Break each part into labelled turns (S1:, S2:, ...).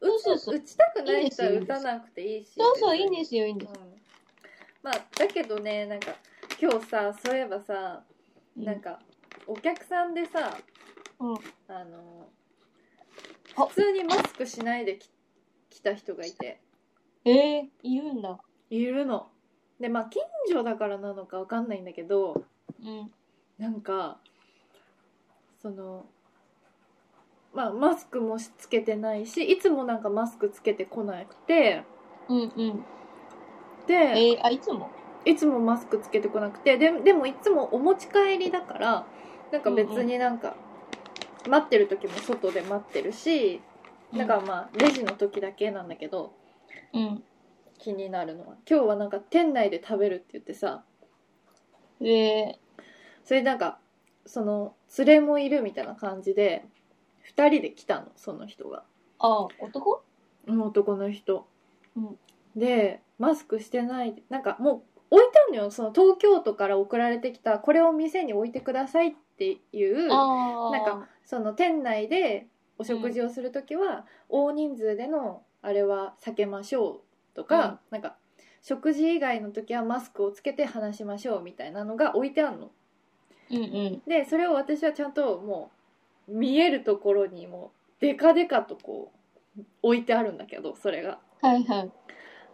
S1: そうそう
S2: 打ちたくない人は打たなくていいし
S1: そうそういいん
S2: ね
S1: ですよいいんです
S2: まあだけどねなんか今日さそういえばさなんかお客さんでさ、
S1: うん
S2: あの
S1: あ
S2: 普通にマスクしないでき来た人がいて
S1: えー、いるんだ
S2: いるのでまあ近所だからなのかわかんないんだけど
S1: うん
S2: なんかそのまあマスクもしつけてないしいつもなんかマスクつけてこなくて
S1: うんうん
S2: で
S1: えー、あいつも
S2: いつもマスクつけてこなくてででもいつもお持ち帰りだからなんか別になんか待ってる時も外で待ってるしだからまあレジの時だけなんだけど
S1: うん
S2: 気になるのは今日はなんか店内で食べるって言ってさ
S1: え
S2: それでなんかその連れもいるみたいな感じで2人で来たのその人が
S1: ー、あ男
S2: 男の人、
S1: うん
S2: でマスクしてないなんかもう置いてあるのよその東京都から送られてきたこれを店に置いてくださいっていう
S1: ああ
S2: なんかその店内でお食事をする時は、大人数でのあれは避けましょうとか、なんか食事以外の時はマスクをつけて話しましょうみたいなのが置いてあるの。
S1: うんうん
S2: でそれを私はちゃんともう見えるところにもうデカデカとこう置いてあるんだけどそれが。
S1: はいはい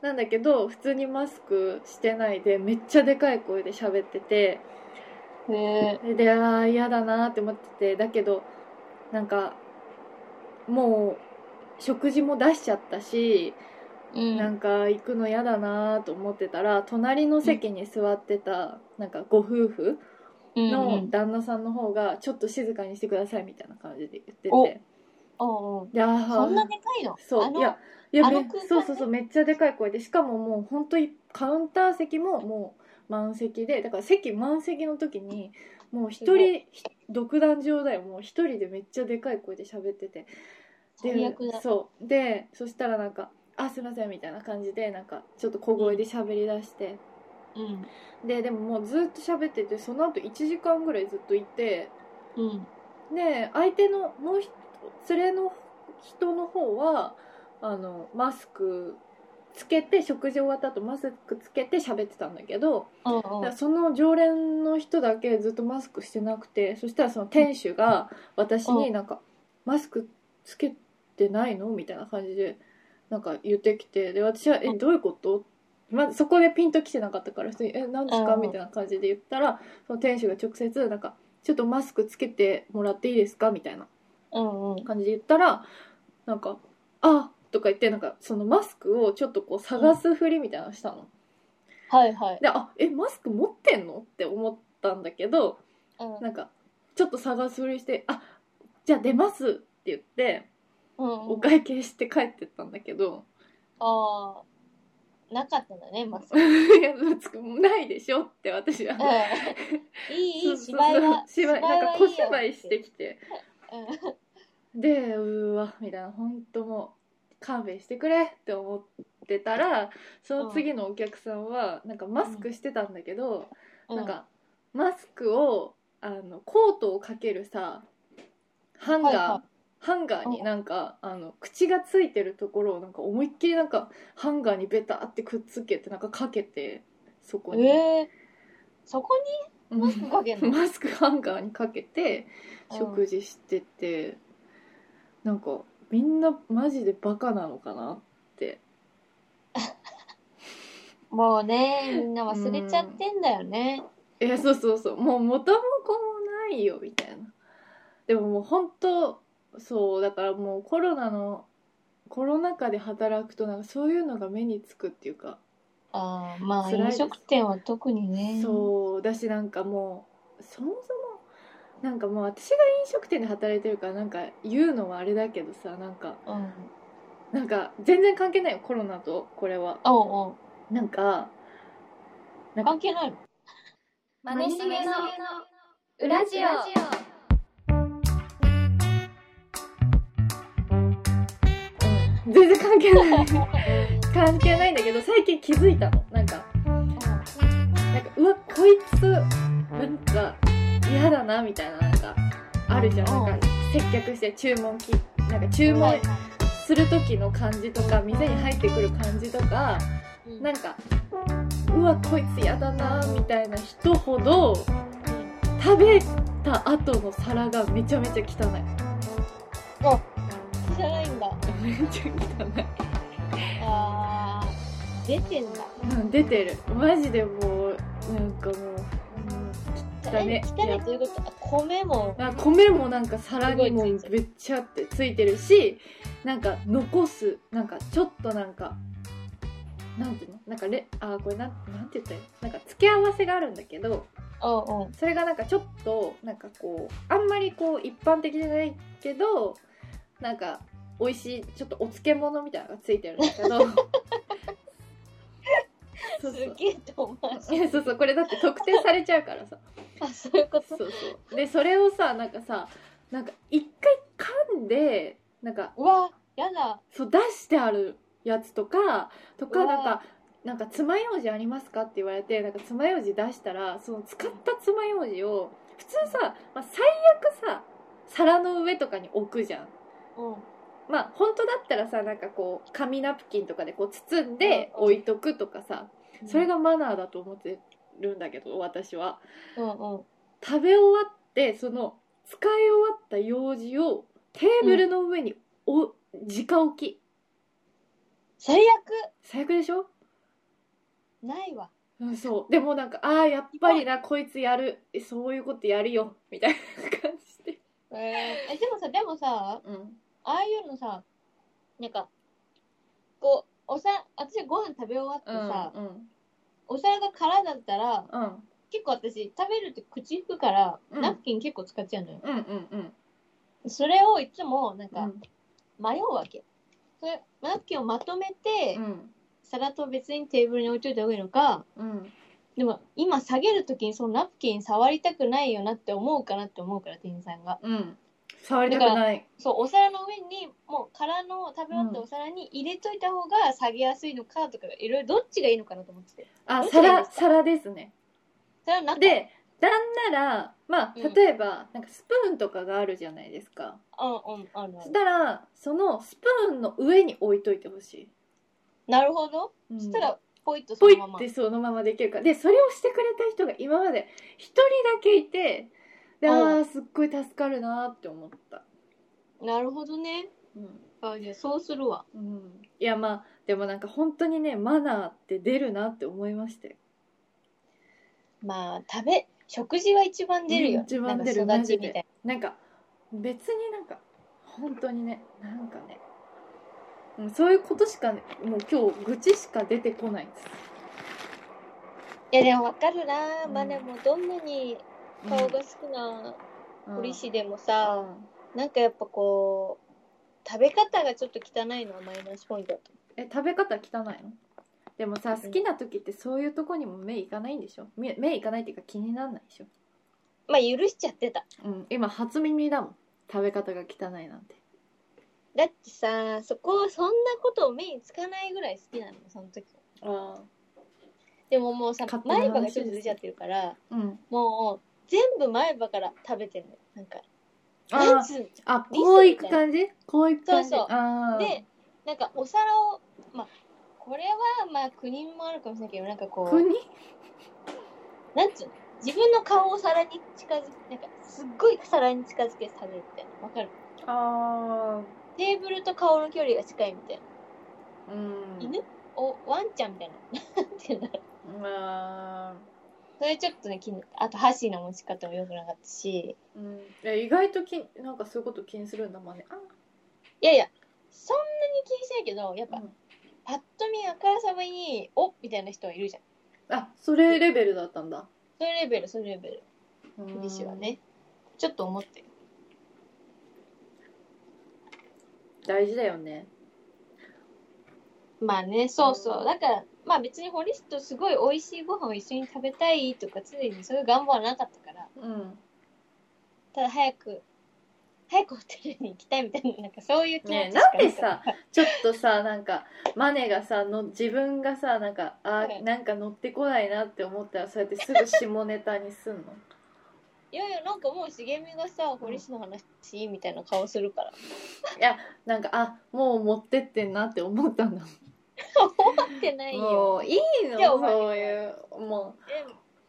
S2: なんだけど普通にマスクしてないでめっちゃでかい声で喋ってて
S1: え
S2: であー嫌だなーって思っててだけどなんかもう食事も出しちゃったし、
S1: ー、うん
S2: なんか行くの嫌だなーと思ってたら隣の席に座ってたなんかご夫婦
S1: うんう
S2: の
S1: ん、
S2: 旦那さんの方がちょっと静かにしてくださいみたいな感じで言って
S1: お
S2: て。
S1: おうおう
S2: いやー
S1: そんなでかいの
S2: そ
S1: あ
S2: う
S1: の
S2: いやいや
S1: あの
S2: め
S1: 空間ね
S2: そうそうそうめっちゃでかい声でしかももう本当にカウンター席ももう満席でだから席満席の時にもう一
S1: すご
S2: 人ひ独壇場だよもう一人でめっちゃでかい声で喋ってて
S1: 最
S2: で
S1: 悪だ
S2: そうでそしたらなんか「あすいません」みたいな感じでなんかちょっと小声で喋りだして、
S1: うん
S2: ででももうずっと喋っててその後1時間ぐらいずっといて
S1: うん
S2: で相手のもうひ連れの人の方はあのマスクつけて食事終わった後マスクつけて喋ってたんだけど、
S1: うん
S2: だからその常連の人だけずっとマスクしてなくてそしたらその店主が私になんか「マスクつけてないの?」みたいな感じでなんか言ってきてで私は「え
S1: うん
S2: どういうこと?」まずそこでピンときてなかったから普通に「え何ですか?」
S1: うん
S2: みたいな感じで言ったらその店主が直接なんか「ちょっとマスクつけてもらっていいですか?」みたいな
S1: うんうん
S2: 感じで言ったらなんか「あとか言ってなんかそのマスクをちょっとこう探すふりみたいなのしたの。
S1: はいはい
S2: であえマスク持ってんのって思ったんだけど
S1: うん
S2: なんかちょっと探すふりして「あじゃあ出ます」って言って
S1: うんう
S2: お
S1: ん
S2: 会計して帰ってったんだけど
S1: ああ、なかったんだね、ま
S2: 「
S1: さ
S2: いやつくないでしょ」って私は。
S1: うん、いい、いい、
S2: そうそうそう
S1: 芝居は。
S2: 芝居なんか小芝居してき
S1: き
S2: て
S1: うん。
S2: でうわみたいな本当もう勘弁してくれって思ってたらその次のお客さんはなんかマスクしてたんだけど、
S1: う
S2: なん、かマスクをあのコートをかけるさハンガー、
S1: はいはい
S2: ハンガーになんかあの口がついてるところをなんか思いっきりなんかハンガーにベタってくっつけてなんかかけてそこに、
S1: ええそこ
S2: う
S1: に
S2: ん
S1: マスクかけんの
S2: マスクハンガーにかけて食事してて、なんかみんなマジでバカなのかなって
S1: もうね、みんな忘れちゃってんだよね。
S2: いやそうそうそうもう元も子もないよみたいなでももう本当そうだからもうコロナのコロナ禍で働くとなんかそういうのが目につくっていうか、
S1: ああ、まあ、
S2: 辛いで
S1: 飲
S2: す
S1: 食店は特にね。
S2: そうだしなんかもうそもそもなんかもう私が飲食店で働いてるからなんか言うのはあれだけどさなんか
S1: う。うん。
S2: なんか全然関係ないよコロナとこれは
S1: おうおう。
S2: なんか
S1: 関係ないの
S3: マネしげの
S2: 裏ジ全然関係ない 関係ないんだけど最近気づいたのなんかなんかうわこいつなんか嫌だなみたいななんかあるじゃんなんか接客して注文きなんか注文
S1: はいはい
S2: する時の感じとか店に入ってくる感じとか
S1: うん
S2: なんかうわこいつ嫌だなみたいな人ほど食べた後の皿がめちゃめちゃ汚い
S1: じゃないんだ。
S2: めちゃ汚い
S1: あー出てんだ。
S2: うん 出てるマジでもうなんかもう、だね
S1: え汚いということあ米も。
S2: あ米もなんか皿にも
S1: すごいついて
S2: べっちゃってついてるしなんか残すなんかちょっとなんかなんていうのなんかレあーこれなんなんて言ったらいいのなんか付け合わせがあるんだけど
S1: うんうん。
S2: それがなんかちょっとなんかこうあんまりこう一般的じゃないけどなんか美味しいちょっとお漬物みたいなのがついてるんだけどそう
S1: す
S2: そう
S1: げえと思わ
S2: いやそうそうこれだって特定されちゃうからさ
S1: あそういうこ
S2: そ
S1: と
S2: う。そうでそれをさなんかさなんか一回噛んでなんか
S1: うわやだ。
S2: そう出してあるやつとかと
S1: う
S2: か
S1: わ
S2: なんかなんか爪楊枝ありますかって言われてなんか爪楊枝出したらその使った爪楊枝を普通さ、まあ、最悪さ皿の上とかに置くじゃん。
S1: うん。
S2: まあ本当だったらさなんかこう紙ナプキンとかでこう包んで置いとくとかさそれ
S1: が。
S2: がマナーだと思ってるんだけど私は。
S1: うんうん。
S2: 食べ終わってその使い終わった用事をテーブルの上にお、直置き
S1: 最悪
S2: 最悪でしょ、
S1: ないわ。
S2: うん、そうでもなんかああやっぱりなこいつやるえそういうことやるよみたいな感じで、
S1: えーえでもさでもさ
S2: うん、
S1: ああいうのさなんかこうおさ私ご飯食べ終わって
S2: うん
S1: さ、
S2: うん
S1: お皿が空だったら
S2: うん
S1: 結構私食べるって口拭くから、
S2: うん
S1: ナプキン結構使っちゃうのよ
S2: うんうんうん
S1: それをいつもなん
S2: う
S1: か
S2: ん
S1: 迷うわけ、それナプキンをまとめて、皿と別にテーブルに置いといた方がいいのか
S2: うん
S1: でも今下げるときにそのナプキン触りたくないよなって思うかなって思うから店員さんが
S2: うん触りたくない
S1: そうお皿の上にもう空の食べ終わったお皿に入れといた方が下げやすいのかとかいろいろどっちがいいのかなと思ってて
S2: あ
S1: どっちがい
S2: 皿
S1: いですか
S2: 皿ですね
S1: それはなんか
S2: でなんならまあ
S1: うん
S2: 例えば、なんかスプーンとかがあるじゃないですか
S1: うんうんある
S2: そ
S1: あ
S2: し
S1: る
S2: たらそのスプーンの上に置いといてほしい
S1: なるほど、
S2: うん
S1: そしたらポイッとそ
S2: ポイ
S1: のまま
S2: ってそのままできるからでそれをしてくれた人が今まで一人だけいてであ
S1: うん
S2: ーすっごい助かるなーって思った、
S1: なるほどね
S2: うん
S1: あじゃあそうするわ
S2: うん、いやまあでもなんか本当にねマナーって出るなって思いましたよ
S1: まあ食べ食事は一番出るよ、
S2: うん一番出る
S1: なんか育ちみたい
S2: なんか別になんか本当にねなんかね、うん、そういうことしかねもう今日愚痴しか出てこないです、
S1: いやでもわかるな、
S2: うん
S1: まあでもどんなに
S2: うん
S1: 顔が好きな
S2: うん
S1: 堀市でもさ、
S2: うん
S1: なんかやっぱこう食べ方がちょっと汚いのはマイナスポイントだと
S2: え食べ方汚いのでもさ
S1: うん
S2: 好きな時ってそういうとこにも目いかないんでしょ目目いかないっていうか気にならないでしょ、
S1: まあ許しちゃってた
S2: うん、今初耳だもん食べ方が汚いなんて
S1: だってさそこそんなことを目につかないぐらい好きなのその時
S2: あ
S1: でももうさ
S2: 勝手な
S1: 前
S2: 話
S1: 歯がちょっと出ちゃってるから
S2: あうん
S1: もう全部前歯から食べてるのよなんかな
S2: あ
S1: んつうの
S2: あこういく感じこういく感じ
S1: そうそう
S2: あー
S1: でなんかお皿をまあこれはまあ国もあるかもしれないけどなんかこう
S2: 国
S1: なんつうの自分の顔を皿に近づけなんかすっごい皿に近づけて食べるみたいなわかる
S2: あ
S1: テーブルと顔の距離が近いみたいな
S2: あうん
S1: 犬おワンちゃんみたいななん ていうんだろう
S2: あ
S1: それちょっとね気にあと箸の持ち方も良くなかったし
S2: ーうんえ意外ときなんかそういうこと気にするんだもんねあ
S1: いやいやそんなに気にしないけどやっぱ、
S2: うん
S1: パッと見あからさまにおみたいな人はいるじゃん
S2: あそれレベルだったんだ
S1: それレベルそれレベル
S2: うん
S1: リシはねちょっと思ってる
S2: 大事だよね
S1: まあねそうそう、
S2: うん
S1: だからまあ別にホリスとすごい美味しいご飯を一緒に食べたいとか常にそういう願望はなかったから
S2: うん
S1: ただ早く早くホテルに行きたいみたいななんかそういう気持ち
S2: ねえ
S1: しか
S2: なんでさちょっと さなんかマネがさの自分がさなんかあ
S1: はい
S2: なんか乗ってこないなって思ったらそうやってすぐ下ネタにすんの
S1: いやいやなんかもう茂みがさ堀市の話みたいな顔するから
S2: なんかあもう持ってってんなって思ったんだ
S1: 思ってない
S2: も
S1: よ
S2: ういいの
S1: いやお前
S2: そういうも
S1: でも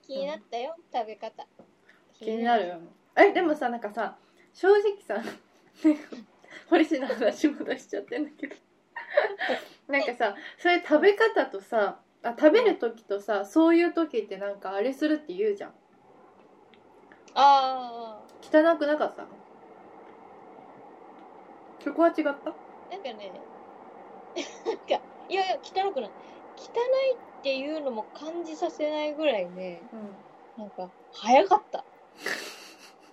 S1: 気になったよ、食べ方
S2: う気になるえでもさなんかさ正直さ 堀市の話も出しちゃってんだけ どなんかさそれ食べ方とさあ食べる時とさそういう時ってなんかあれするって言うじゃん
S1: ああ
S2: 汚くなかったそこは違った
S1: なんかね、 なんか、いやいや、汚くない。汚いっていうのも感じさせないぐらいね、
S2: うん
S1: なんか、早かった。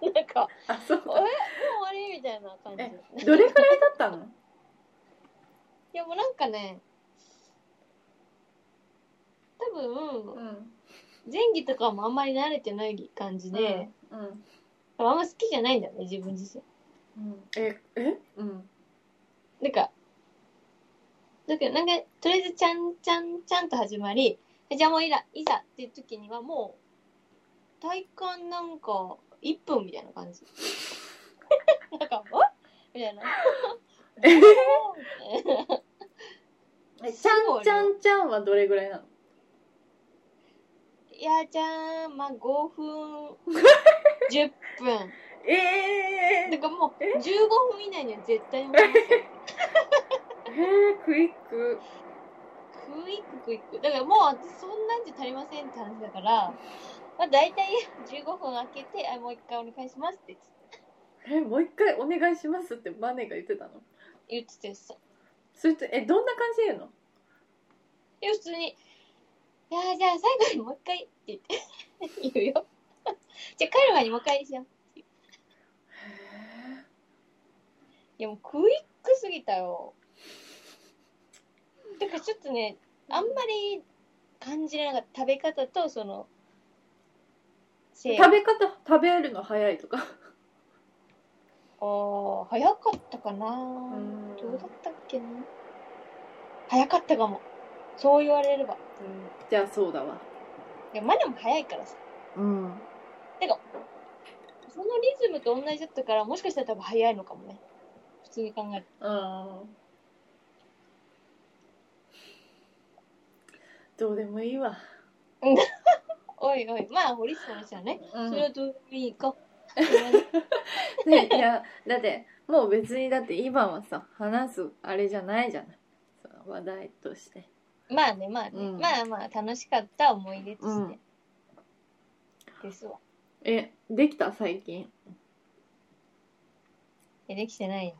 S1: なんか、も
S2: あ そう
S1: えうあれみたいな感じ。
S2: えどれくらいだったの
S1: いや、もうなんかね、多分、
S2: ん
S1: 前儀とかもあんまり慣れてない感じで、
S2: うん、
S1: 多分あんま好きじゃないんだよね、自分自身。
S2: うん、ええうん
S1: なんか、だけどなんか、とりあえず、ちゃんちゃんちゃんと始まり、じゃあもういざ、いざっていう時にはもう、体感なんか、1分みたいな感じ。なんか、おみたいな。
S2: え
S1: みたいな
S2: えちゃんちゃんちゃんはどれぐらいなの
S1: いや、じゃあ、まあ、5分、10分。
S2: え
S1: なんかもう、
S2: え
S1: 15分以内には絶対に終わりますよ
S2: えー、クイック
S1: クイッククイック。だからもう私そんなんじゃ足りませんって話だから、まあ大体15分空けて、あ、もう一回お願いしますって
S2: えもう一回お願いしますってマネが言ってたの
S1: 言っててさ。
S2: それとえどんな感じで言うの
S1: いや、普通に、いやーじゃあ最後にもう一回って言って、 言うよ。じゃあ帰る前にもう一回にしよう。いやもうクイックすぎたよ。だからちょっとね、あんまり感じれなかった。食べ方とその、せい
S2: 食べ方食べるの早いとか
S1: ああ、早かったかな。
S2: ん
S1: どうだったっけな。早かったかも。そう言われれば。
S2: じゃあそうだわ
S1: いや、マネも早いからさ。
S2: うん
S1: そのリズムと同じだったから、もしかしたら多分早いのかもね。普通に考える
S2: あーどうでもいいわ
S1: と。おいおい、まあ、堀市の話はね。
S2: う
S1: それはどうでもいいか。
S2: ね、いやだってもう別にだって今はさ話すあれじゃないじゃないその話題として
S1: まあね、まあね、
S2: うん
S1: まあまあ、楽しかった思い出として。ですわ。
S2: えできた最近
S1: え、できてないよ。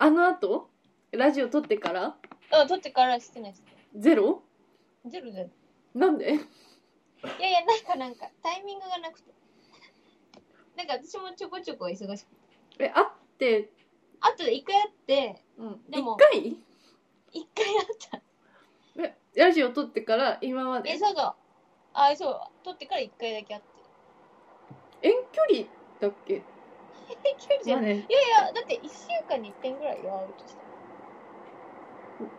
S2: あのあとラジオ撮ってから
S1: あ、取ってからしてないです。
S2: ゼロ
S1: ゼロゼロ。
S2: なんで
S1: いやいや、なんかなんか、タイミングがなくて。なんか私もちょこちょこ忙しくて
S2: えあって、
S1: あとで一回会って、
S2: うん、
S1: でも
S2: 1
S1: 一回会 った。
S2: 回えラジオ撮ってから今まで
S1: え、そうそう。あ、そう。取ってから一回だけ会って。
S2: 遠距離だっけ
S1: え、距離じゃ
S2: まあ
S1: ない。
S2: ね
S1: いやいや、だって一週間に一点ぐらいは会うとした。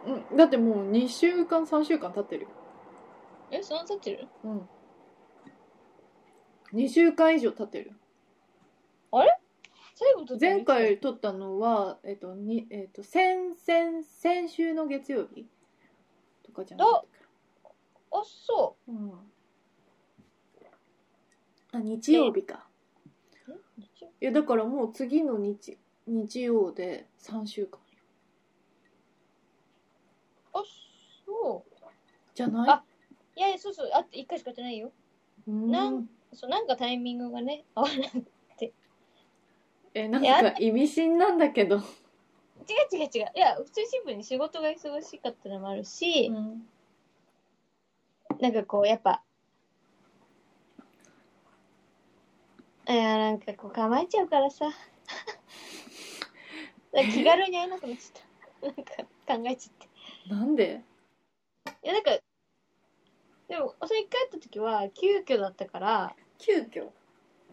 S2: うん、だってもう2週間3週間経ってるよ
S1: え、そんな経ってる
S2: うん2週間以上経ってる
S1: 最後と
S2: 前。回撮ったのは、えっとにえっと、先先先週の月曜日とかじゃなかったか
S1: あ、そ
S2: ら、うん、あ日曜日か
S1: う。一応
S2: いやだからもう次の日日曜で3週間よ
S1: あ、そう。
S2: じゃない
S1: あいやいや、そうそう。あって一回しか会ってないよ。
S2: うん
S1: なんそう、なんかタイミングがね、合わない。違う
S2: えなん
S1: い
S2: か意味深なんだけど、
S1: 違う違う。いや、普通新聞に仕事が忙しかったのもあるし、なんかこう、やっぱ、いや、なんかこう構えちゃうか らさ。なんか気軽に会えなくなっちゃった。なんか考えちゃって。
S2: なんで
S1: いや、なんか、でも、それ一回会った時は、急遽だったから、
S2: 急遽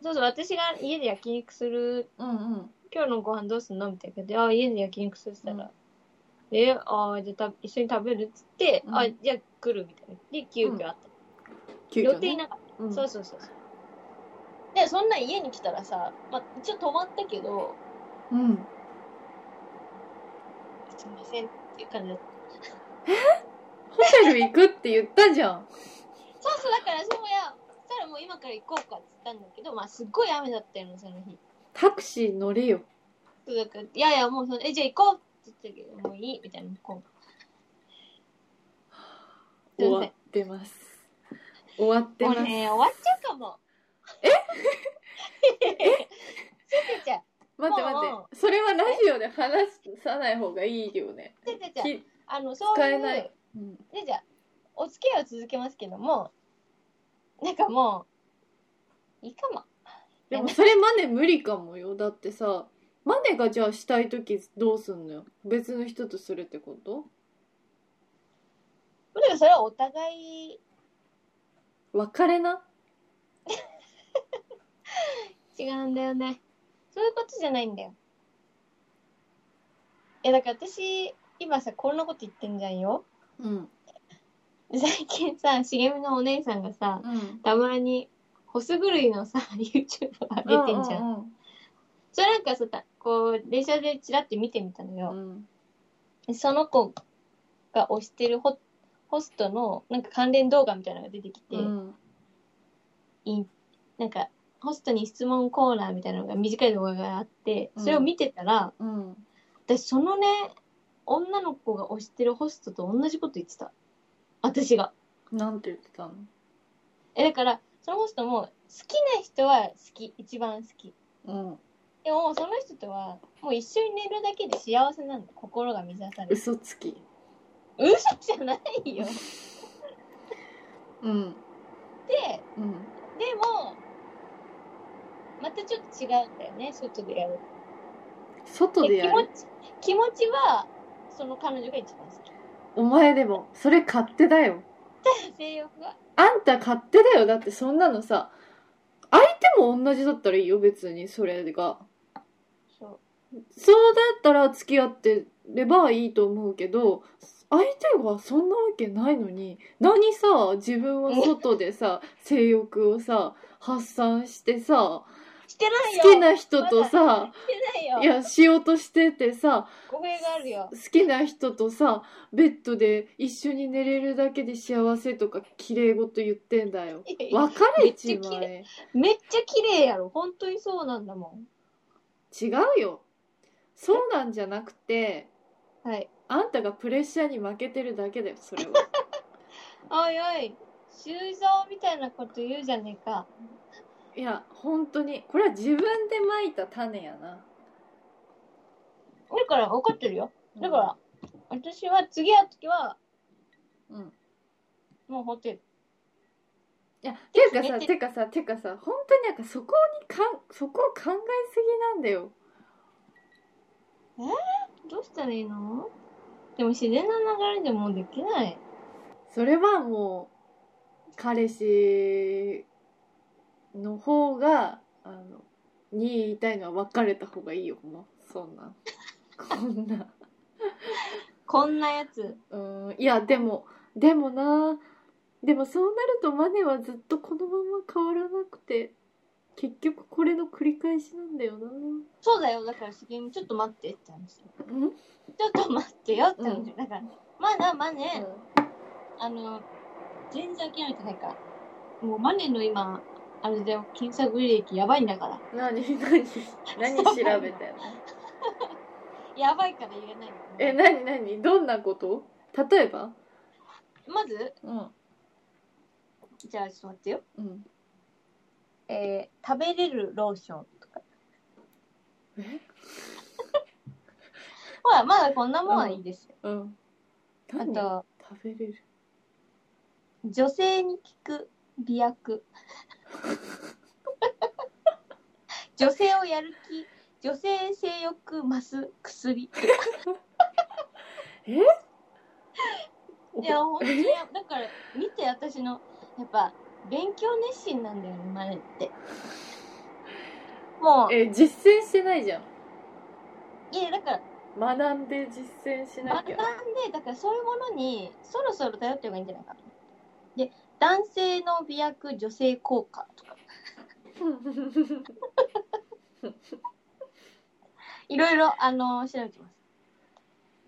S1: そうそう、私が家で焼肉する、
S2: うんうん
S1: 今日のご飯どうすんのみたいな感じで、あ、家で焼肉するって言ったら、え、あ、じゃあた一緒に食べるっつって、
S2: うん
S1: あ、じゃあ来るみたいな。で、急遽会った。
S2: 急
S1: 予
S2: 遽
S1: 定
S2: ね
S1: なかった、
S2: うん
S1: そうそうそうそうでそんな家に来たらさ、まあ、一応泊まったけど
S2: うん
S1: すいませんっていう感じだった
S2: ホテル行くって言ったじゃん
S1: そうそうだからそうやそしたらもう今から行こうかって言ったんだけどまあすっごい雨だったよねその日
S2: タクシー乗れよ
S1: そうだからいやいやもうそのえじゃあ行こうって言ったけどもういいみたいなこうすい
S2: 終
S1: ま
S2: わ
S1: せん
S2: ってます終わってます
S1: もうね終わっちゃうかもええちちゃん
S2: 待って待
S1: も
S2: ってそれはラジオで話さない方がいいよね
S1: ちゃちゃちゃ
S2: き
S1: あのそう
S2: 使
S1: い
S2: え
S1: う
S2: ないうん
S1: でじゃあお付き合いを続けますけどもなんかもういいかも
S2: でもそれマネ無理かもよだってさマネがじゃあしたい時どうすんのよ別の人とするってこと
S1: とにかくそれはお互い
S2: 別れな
S1: 違うんだよねそういうことじゃないんだよいやだから私今さこんなこと言ってんじゃんよ
S2: うん
S1: で最近さ茂みのお姉さんがさ
S2: うん
S1: たまにホス狂いのさ YouTube を上げてんじゃん、それなんかさたこう電車でチラって見てみたのよ、
S2: うん
S1: その子が推してるホホストのなんか関連動画みたいなのが出てきて、
S2: うん
S1: いなんかホストに質問コーナーみたいなのが短い動画があってそれを見てたら、
S2: うん
S1: 私そのね女の子が推してるホストと同じこと言ってた私が
S2: なんて言ってたの
S1: えだからそのホストも好きな人は好き一番好き
S2: うん
S1: でもその人とはもう一緒に寝るだけで幸せなんだ心が満たされる
S2: 嘘つき
S1: 嘘じゃないよ
S2: うん
S1: で
S2: うん
S1: でもまたちょっと違うんだよね外でやる
S2: 外でやる
S1: 気持ち気持ちはその彼女が一番好き
S2: お前でもそれ勝手だよ
S1: 性欲は
S2: あんた勝手だよだってそんなのさ相手も同じだったらいいよ別にそれが
S1: そう
S2: そうだったら付き合ってればいいと思うけど相手はそんなわけないのに何さ自分は外でさ性欲をさ発散してさ
S1: してないよ
S2: 好きな人とさ
S1: してない
S2: い
S1: よ
S2: やしようとしててさ
S1: 語弊があるよ
S2: 好きな人とさベッドで一緒に寝れるだけで幸せとか綺麗事言ってんだよ
S1: いやいや
S2: 分かれ
S1: めっち
S2: 一
S1: ゃ綺
S2: 枚
S1: めっちゃ綺麗やろ本当にそうなんだも
S2: 違うよそうなんじゃなくて
S1: んはい
S2: あんたがプレッシャーに負けてるだけだよそれ は
S1: おいおい修造みたいなこと言うじゃねえか
S2: いや本当にこれは自分でまいた種やな
S1: だから怒ってるよ
S2: うん
S1: だから、私は次会う時は
S2: うん
S1: もうホテル
S2: いやていうか
S1: 決
S2: さ
S1: めて
S2: てかさてかさ本当になんかそこにかんそこを考えすぎなんだよ
S1: どうしたらいいのでも自然な流れでもうできない
S2: それはもう彼氏の方があのに言いたいのは別れた方がいいよもうそんなこんな
S1: こんなやつ
S2: うーんいやでもでもなでもそうなるとマネはずっとこのまま変わらなくて結局これの繰り返しなんだよな
S1: そうだよだから次にちょっと待ってって話
S2: うん
S1: ちょっと待ってよって話、だからまだまだね、あの、全然諦めてないから。もうマネの今、あれだよ、検索履歴やばいんだから。
S2: 何何何調べたよ
S1: やばいから言えないん
S2: え
S1: だけ
S2: 何
S1: ど、
S2: 何どんなこと例えば
S1: まず、
S2: うん
S1: じゃあちょっと待ってよ。
S2: うん
S1: えー、食べれるローションとか。
S2: え
S1: ほら、まだこんなもんはいいですよ。
S2: うん
S1: あ
S2: 何
S1: と、
S2: 食べれる
S1: 女性に効く美 薬。女性をやる気、女性性欲増す 薬。いや、本当に、だから、見て、私の、やっぱ、勉強熱心なんだよね、マネって。もう、
S2: え実践してないじゃん
S1: いや、だから、
S2: 学んで実践しな
S1: 学ん
S2: き
S1: で
S2: ゃ、
S1: だからそういうものに、そろそろ頼ってる方がいいんじゃないかと。で、男性の媚薬女性効果とか、いろいろ、あの、調べてます。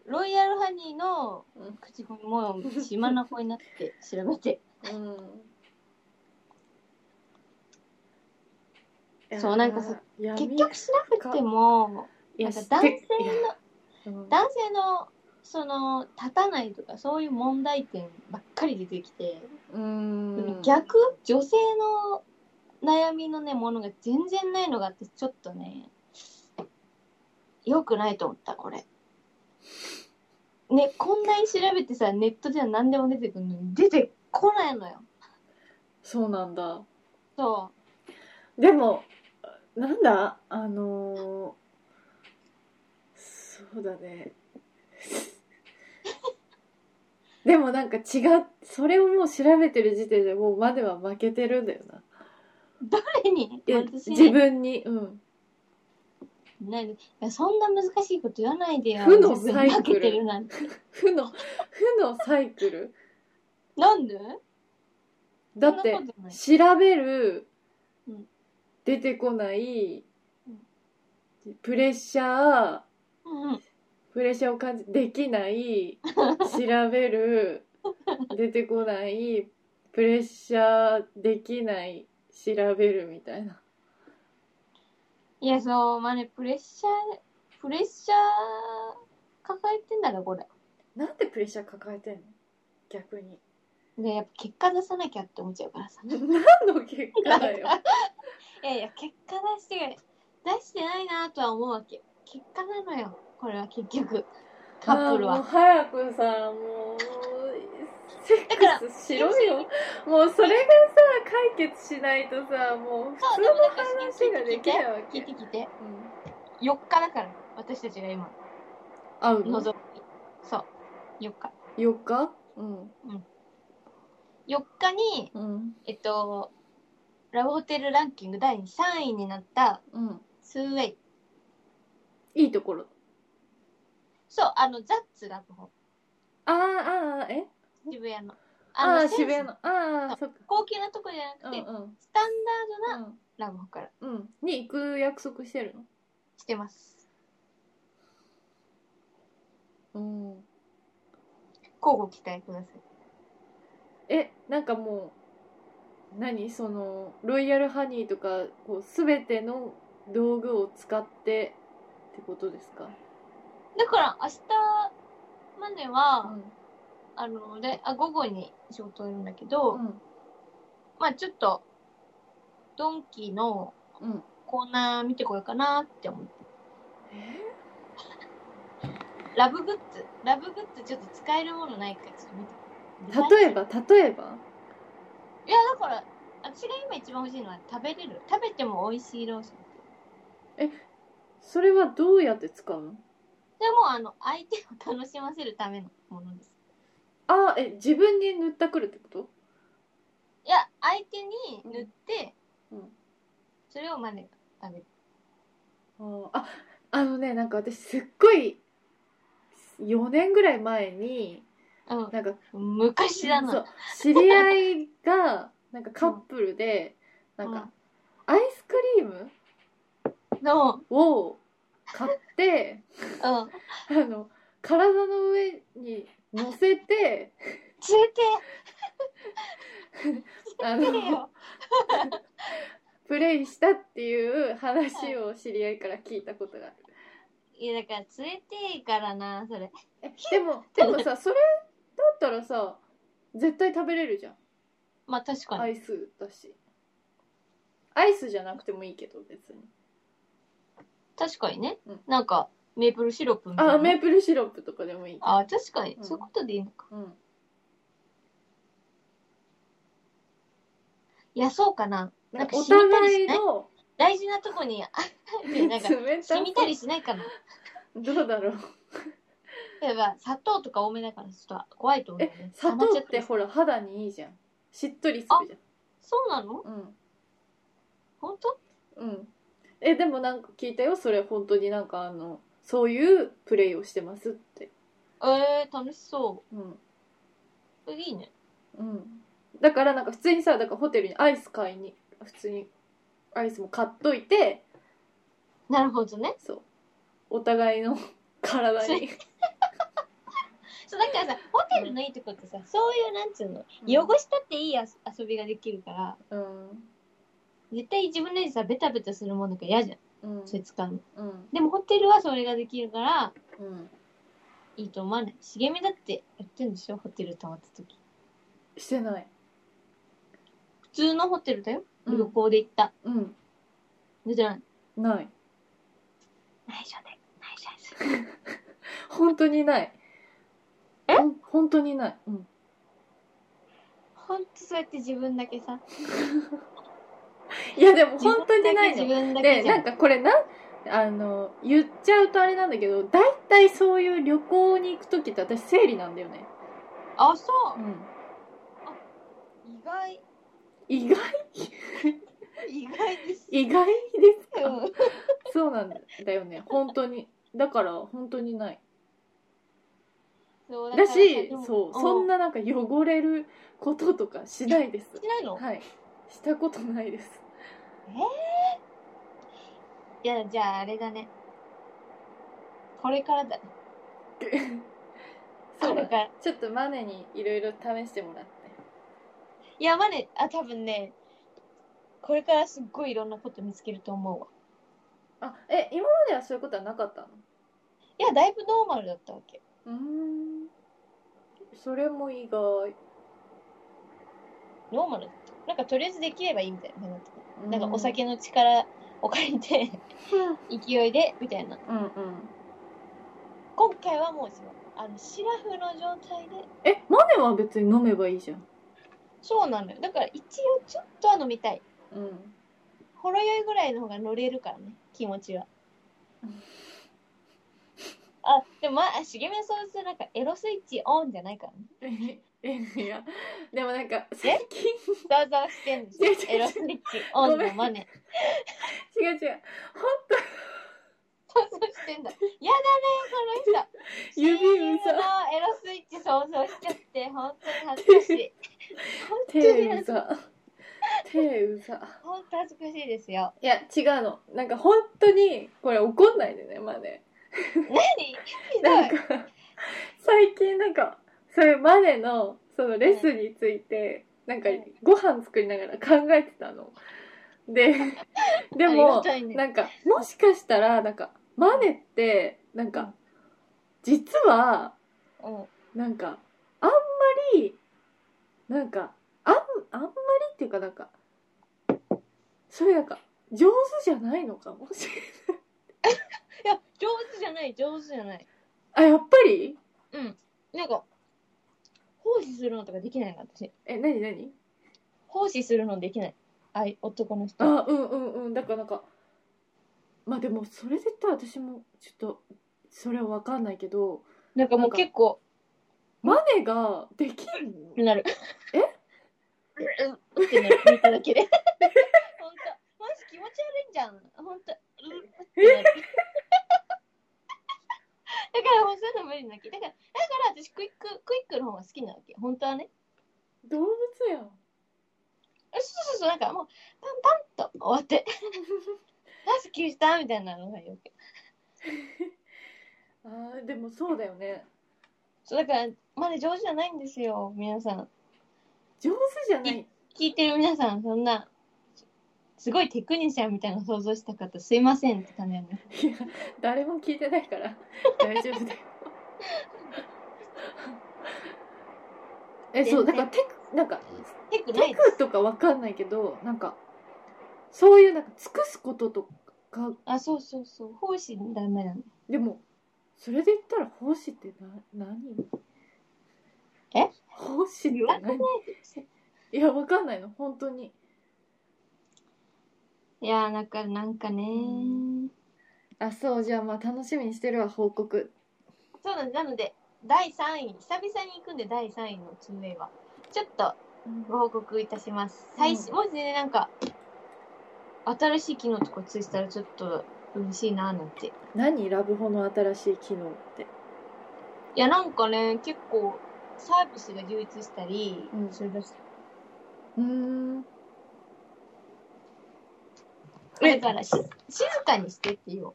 S1: ロイヤルハニーの口コミも島の子になって調べ て。
S2: うん
S1: そうなんかさ
S2: いや
S1: 結局調べても、
S2: いや
S1: なんか男性
S2: いや
S1: の、
S2: うん
S1: 男性の、その、立たないとか、そういう問題点ばっかり出てきて、
S2: うん
S1: 逆女性の悩みのね、ものが全然ないのがあって、ちょっとね、良くないと思った、これ。ね、こんなに調べてさ、ネットでは何でも出てくるのに、出てこないのよ。
S2: そうなんだ
S1: そ
S2: でもなんだあのーそうだね でもなんか違うそれをもう調べてる時点でもうまでは負けてるんだよな
S1: う。誰に
S2: いや
S1: 私ね
S2: 自分にうん
S1: ないいやそんな難しいこと言わないでよ。
S2: 負のサイクル
S1: 自分にかけてるなんて。
S2: 負の負のサイクル
S1: なんで
S2: だって
S1: そんなことない
S2: 調べる、
S1: うん
S2: 出てこない、
S1: うん
S2: プレッシャー
S1: うんうん。
S2: プレッシャーを感じできない 調べる出てこないプレッシャーできない調べるみたいない
S1: や、そう、まあね、プレッシャー、プレッシャー抱えてんだな、これ。
S2: なんでプレッシャー抱えてんの逆に
S1: で、やっぱ結果出さなきゃって思っちゃうからさ。
S2: 何の結果だよ
S1: いやいや、結果出して、出してないなとは思うわけ。結果なのよ、これは結局。カップル
S2: あーもう
S1: は。
S2: 早くさもうセックスしろよもうそれがさ解決しないとさもう普
S1: そう、
S2: 通
S1: で
S2: の
S1: もなんか
S2: 話がで
S1: 聞い
S2: き
S1: て
S2: ないわけ、
S1: 聞いてきて。
S2: うん、
S1: 4日だから、私たちが今、
S2: 会うの
S1: 望み。そう、4日。
S2: 4日うん
S1: 4日に、
S2: うん
S1: えっと、ラブホテルランキング第3位になった
S2: うん
S1: ツーウェイ。
S2: いいところ
S1: そう、あの、ザッツラブホ。
S2: あーあーえ
S1: 渋谷の。
S2: あ
S1: の
S2: あー渋谷の。ああそっか
S1: 高級なとこじゃ
S2: う
S1: なんくて、
S2: うん
S1: スタンダードな
S2: うん
S1: ラブホから
S2: うんに行く約束してる
S1: してます。
S2: のうん
S1: 交互期待ください。
S2: えなんかもう何そのロイヤルハニーとかこう全ての道具を使ってってことですか、
S1: だから、明日まで
S2: う
S1: は、
S2: ん
S1: あの、で、あ、午後に仕事いるんだけど、
S2: うん
S1: まあちょっと、ドンキの
S2: うん、
S1: コーナー見てこようかなって思って。
S2: え
S1: ラブグッズ。ラブグッズちょっと使えるものないかちょっと見て。
S2: 例えば例えば
S1: いや、だから、私が今一番欲しいのは食べれる。食べても美味しいローション。
S2: それはどうやって使うの
S1: でも、あの、相手を楽しませるためのものです。
S2: あーえ自分に塗ったくるってこと
S1: いや、相手に塗って、
S2: うんうん
S1: それを真似が食べる。
S2: あーああのねなんか私すっごい4年ぐらい前になんか
S1: うん。昔だ
S2: そ
S1: な。
S2: う知り合いがなんかカップルで、
S1: ん
S2: なんかアイスクリーム
S1: の、うん。
S2: を買って
S1: 連
S2: あの体の上に乗せ て
S1: れて、
S2: あ
S1: 見て
S2: の
S1: よ。
S2: プレイしたっていう話を知り合いから聞いたことがある。
S1: いや、だから連れてからな、それ。
S2: えでもでもさそれだったらさ絶対食べれるじゃん
S1: まあ確か
S2: ア
S1: に。
S2: イスだしアイスじゃなくてもいいけど別に
S1: 確かにね
S2: うん。
S1: なんか、メープルシロップみたいな。
S2: あメープルシロップとかでもいいけど
S1: あ確かに。
S2: うん
S1: そういうことでいいのか。
S2: うん
S1: いや、そうかな。
S2: な
S1: なんん
S2: か
S1: か
S2: お互いの
S1: 大事なとこに、あな んか、
S2: 冷た
S1: 染みた
S2: い
S1: りしないかな。
S2: どうだろう
S1: 例えば、砂糖とか多めだから、ちょっと怖いと思うよ
S2: え
S1: ね。
S2: 砂
S1: 溜ま
S2: 糖
S1: ちゃ
S2: って
S1: て。
S2: ほら肌にいいじゃんしっとりするじ
S1: そうなの
S2: ゃんうん
S1: 本当
S2: うんえでもなんか聞いたよそれ本当になんかあのそういうプレイをしてますって
S1: えー、楽しそ
S2: うん
S1: う。いいね。
S2: うんだからなんか普通にさだからホテルにアイス買いに普通にアイスも買っといて
S1: なるほどね。
S2: そうお互いの 体に
S1: そう、だからさ、ホテルのいいとこってさ、そういう、なんつうの、汚したっていいあす遊びができるから、
S2: うん
S1: 絶対自分のでさ、ベタベタするものが嫌じゃん。
S2: うん
S1: それ使うの。
S2: うん
S1: でもホテルはそれができるから、
S2: うん
S1: いいと思わない。茂みだってやってんでしょホテル泊まった時。
S2: してない
S1: 普通のホテルだよ。
S2: うん
S1: 旅行で行った。
S2: うん
S1: 出てない。
S2: ない
S1: 内緒で。内緒です。
S2: 本当にない
S1: え
S2: ほん本当にないうん
S1: ほんとそうやって自分だけさ。
S2: いやでも本当にないの
S1: 自分だけ
S2: で
S1: 自分だけじゃ
S2: なん
S1: ん。
S2: かこれなあの言っちゃうとあれなんだけど大体そういう旅行に行く時って私生理なんだよね、
S1: あ、そうう。
S2: ん、
S1: 意外。
S2: 意外
S1: 意外です。
S2: 意外ですか
S1: うん
S2: そうなんだよね本当にだから本当にない
S1: そう
S2: だしそうそん
S1: な。
S2: ななんか汚れることとかしないです
S1: してないの、
S2: はいしたことないです
S1: いや、じゃああれだね。これからだね。
S2: そう
S1: これ
S2: だ
S1: から。
S2: ちょっとマネにいろいろ試してもらって
S1: いや、まね、あ、多分ね、これからすっごいいろんなこと見つけると思うわ。
S2: あえ今まではそういうことはなかったの
S1: いや、だいぶノーマルだったわけ。
S2: うーんそれも意外
S1: ノーマルだった。なんかとりあえずできればいいみたいな。なんかお酒の力を借りて、
S2: うん
S1: 勢いで、みたいな。
S2: うんうん
S1: 今回はもうその、あの、シラフの状態で、
S2: えマネは別に飲めばいいじゃん
S1: そうなのよ。だから一応ちょっとは飲みたい。
S2: うん
S1: ほろ酔いぐらいの方が乗れるからね、気持ちは
S2: うん。
S1: あ、でもまあ、しげみはそうするとなんかエロスイッチオンじゃないからね。
S2: ええいやでもなんか最近
S1: ざわざわしてんでしょ
S2: 違う違う違う
S1: エロスイッチオンのマネ。
S2: 違う違う
S1: 想像してんだ。やだね、この人。
S2: 指
S1: 親友の
S2: うざ
S1: エロスイッチ想像しちゃって、本当に恥ずかしい。本当に
S2: 手うざ手うざ
S1: 本当恥ずかしいですよ。
S2: いや違うのなんか本当にこれ怒んないでねマネ
S1: 何ひど
S2: なん
S1: い。
S2: か最近なんかそれマネのそのレッスンについてなんかご飯作りながら考えてたのでで
S1: ありが
S2: も
S1: たいね
S2: なんかもしかしたらなんかマネってなん
S1: うん
S2: か実は
S1: うん。
S2: なんかあんまりなんかあんあんまりっていうかなんかそれなんか上手じゃないのかも しれない
S1: いや、上手じゃない、上手じゃない。
S2: あやっぱり
S1: うん。なんか、奉仕するのとかできないの、私。
S2: え何何
S1: 奉仕するのできない。あい、男の人。
S2: あうんうんうんだからなんかまあでもそれで言ったら私もちょっとそれは分かんないけど
S1: なんかもう結構、
S2: マネができんの
S1: なる。えうん、うんってなる。見ただけで。本当マジ気持ち悪いじゃん。本当うんってなる。だからもうそういうの無理なわけ。だから、だから私クイック、クイックの方が好きなわけ。本当はね。
S2: 動物やん
S1: そうそうそう、なんかもう、パンパンと終わって。 あ、すっきりしたみたいなのがよく。
S2: あーでもそうだよね
S1: そう、だから、まだ上手じゃないんですよ、皆さん。
S2: 上手じゃない
S1: 聞いてる皆さん、そんな、すごいテクニシャンみたいな想像した方、すいませんって感じなんです。
S2: いや誰も聞いてない から大丈夫だよえそうだからテクなんか
S1: テクない
S2: テ
S1: です。
S2: クとか分かんないけどなんかそういうなんか尽くすこととか
S1: あ、そうそうそう。奉仕ダメなの。
S2: でもそれで言ったら奉仕ってな何
S1: え
S2: 奉仕って
S1: 言わせない
S2: 何いやわかんないの本当に
S1: いやー、なんか、なんかね
S2: うんあそうじゃあまあ楽しみにしてるわ報告
S1: そうなんです。なので、第3位、久々に行くんで、第3位の 2way は。ちょっと、ご報告いたします。最新、
S2: う
S1: もしね、なんか、新しい機能とかついてたら、ちょっと、嬉しいなーなんて。い
S2: 何ラブホの新しい機能って
S1: や、なんかね、結構、サービスが充実したり
S2: う、ん
S1: するらしい
S2: うーん
S1: だからし静かにしてっていう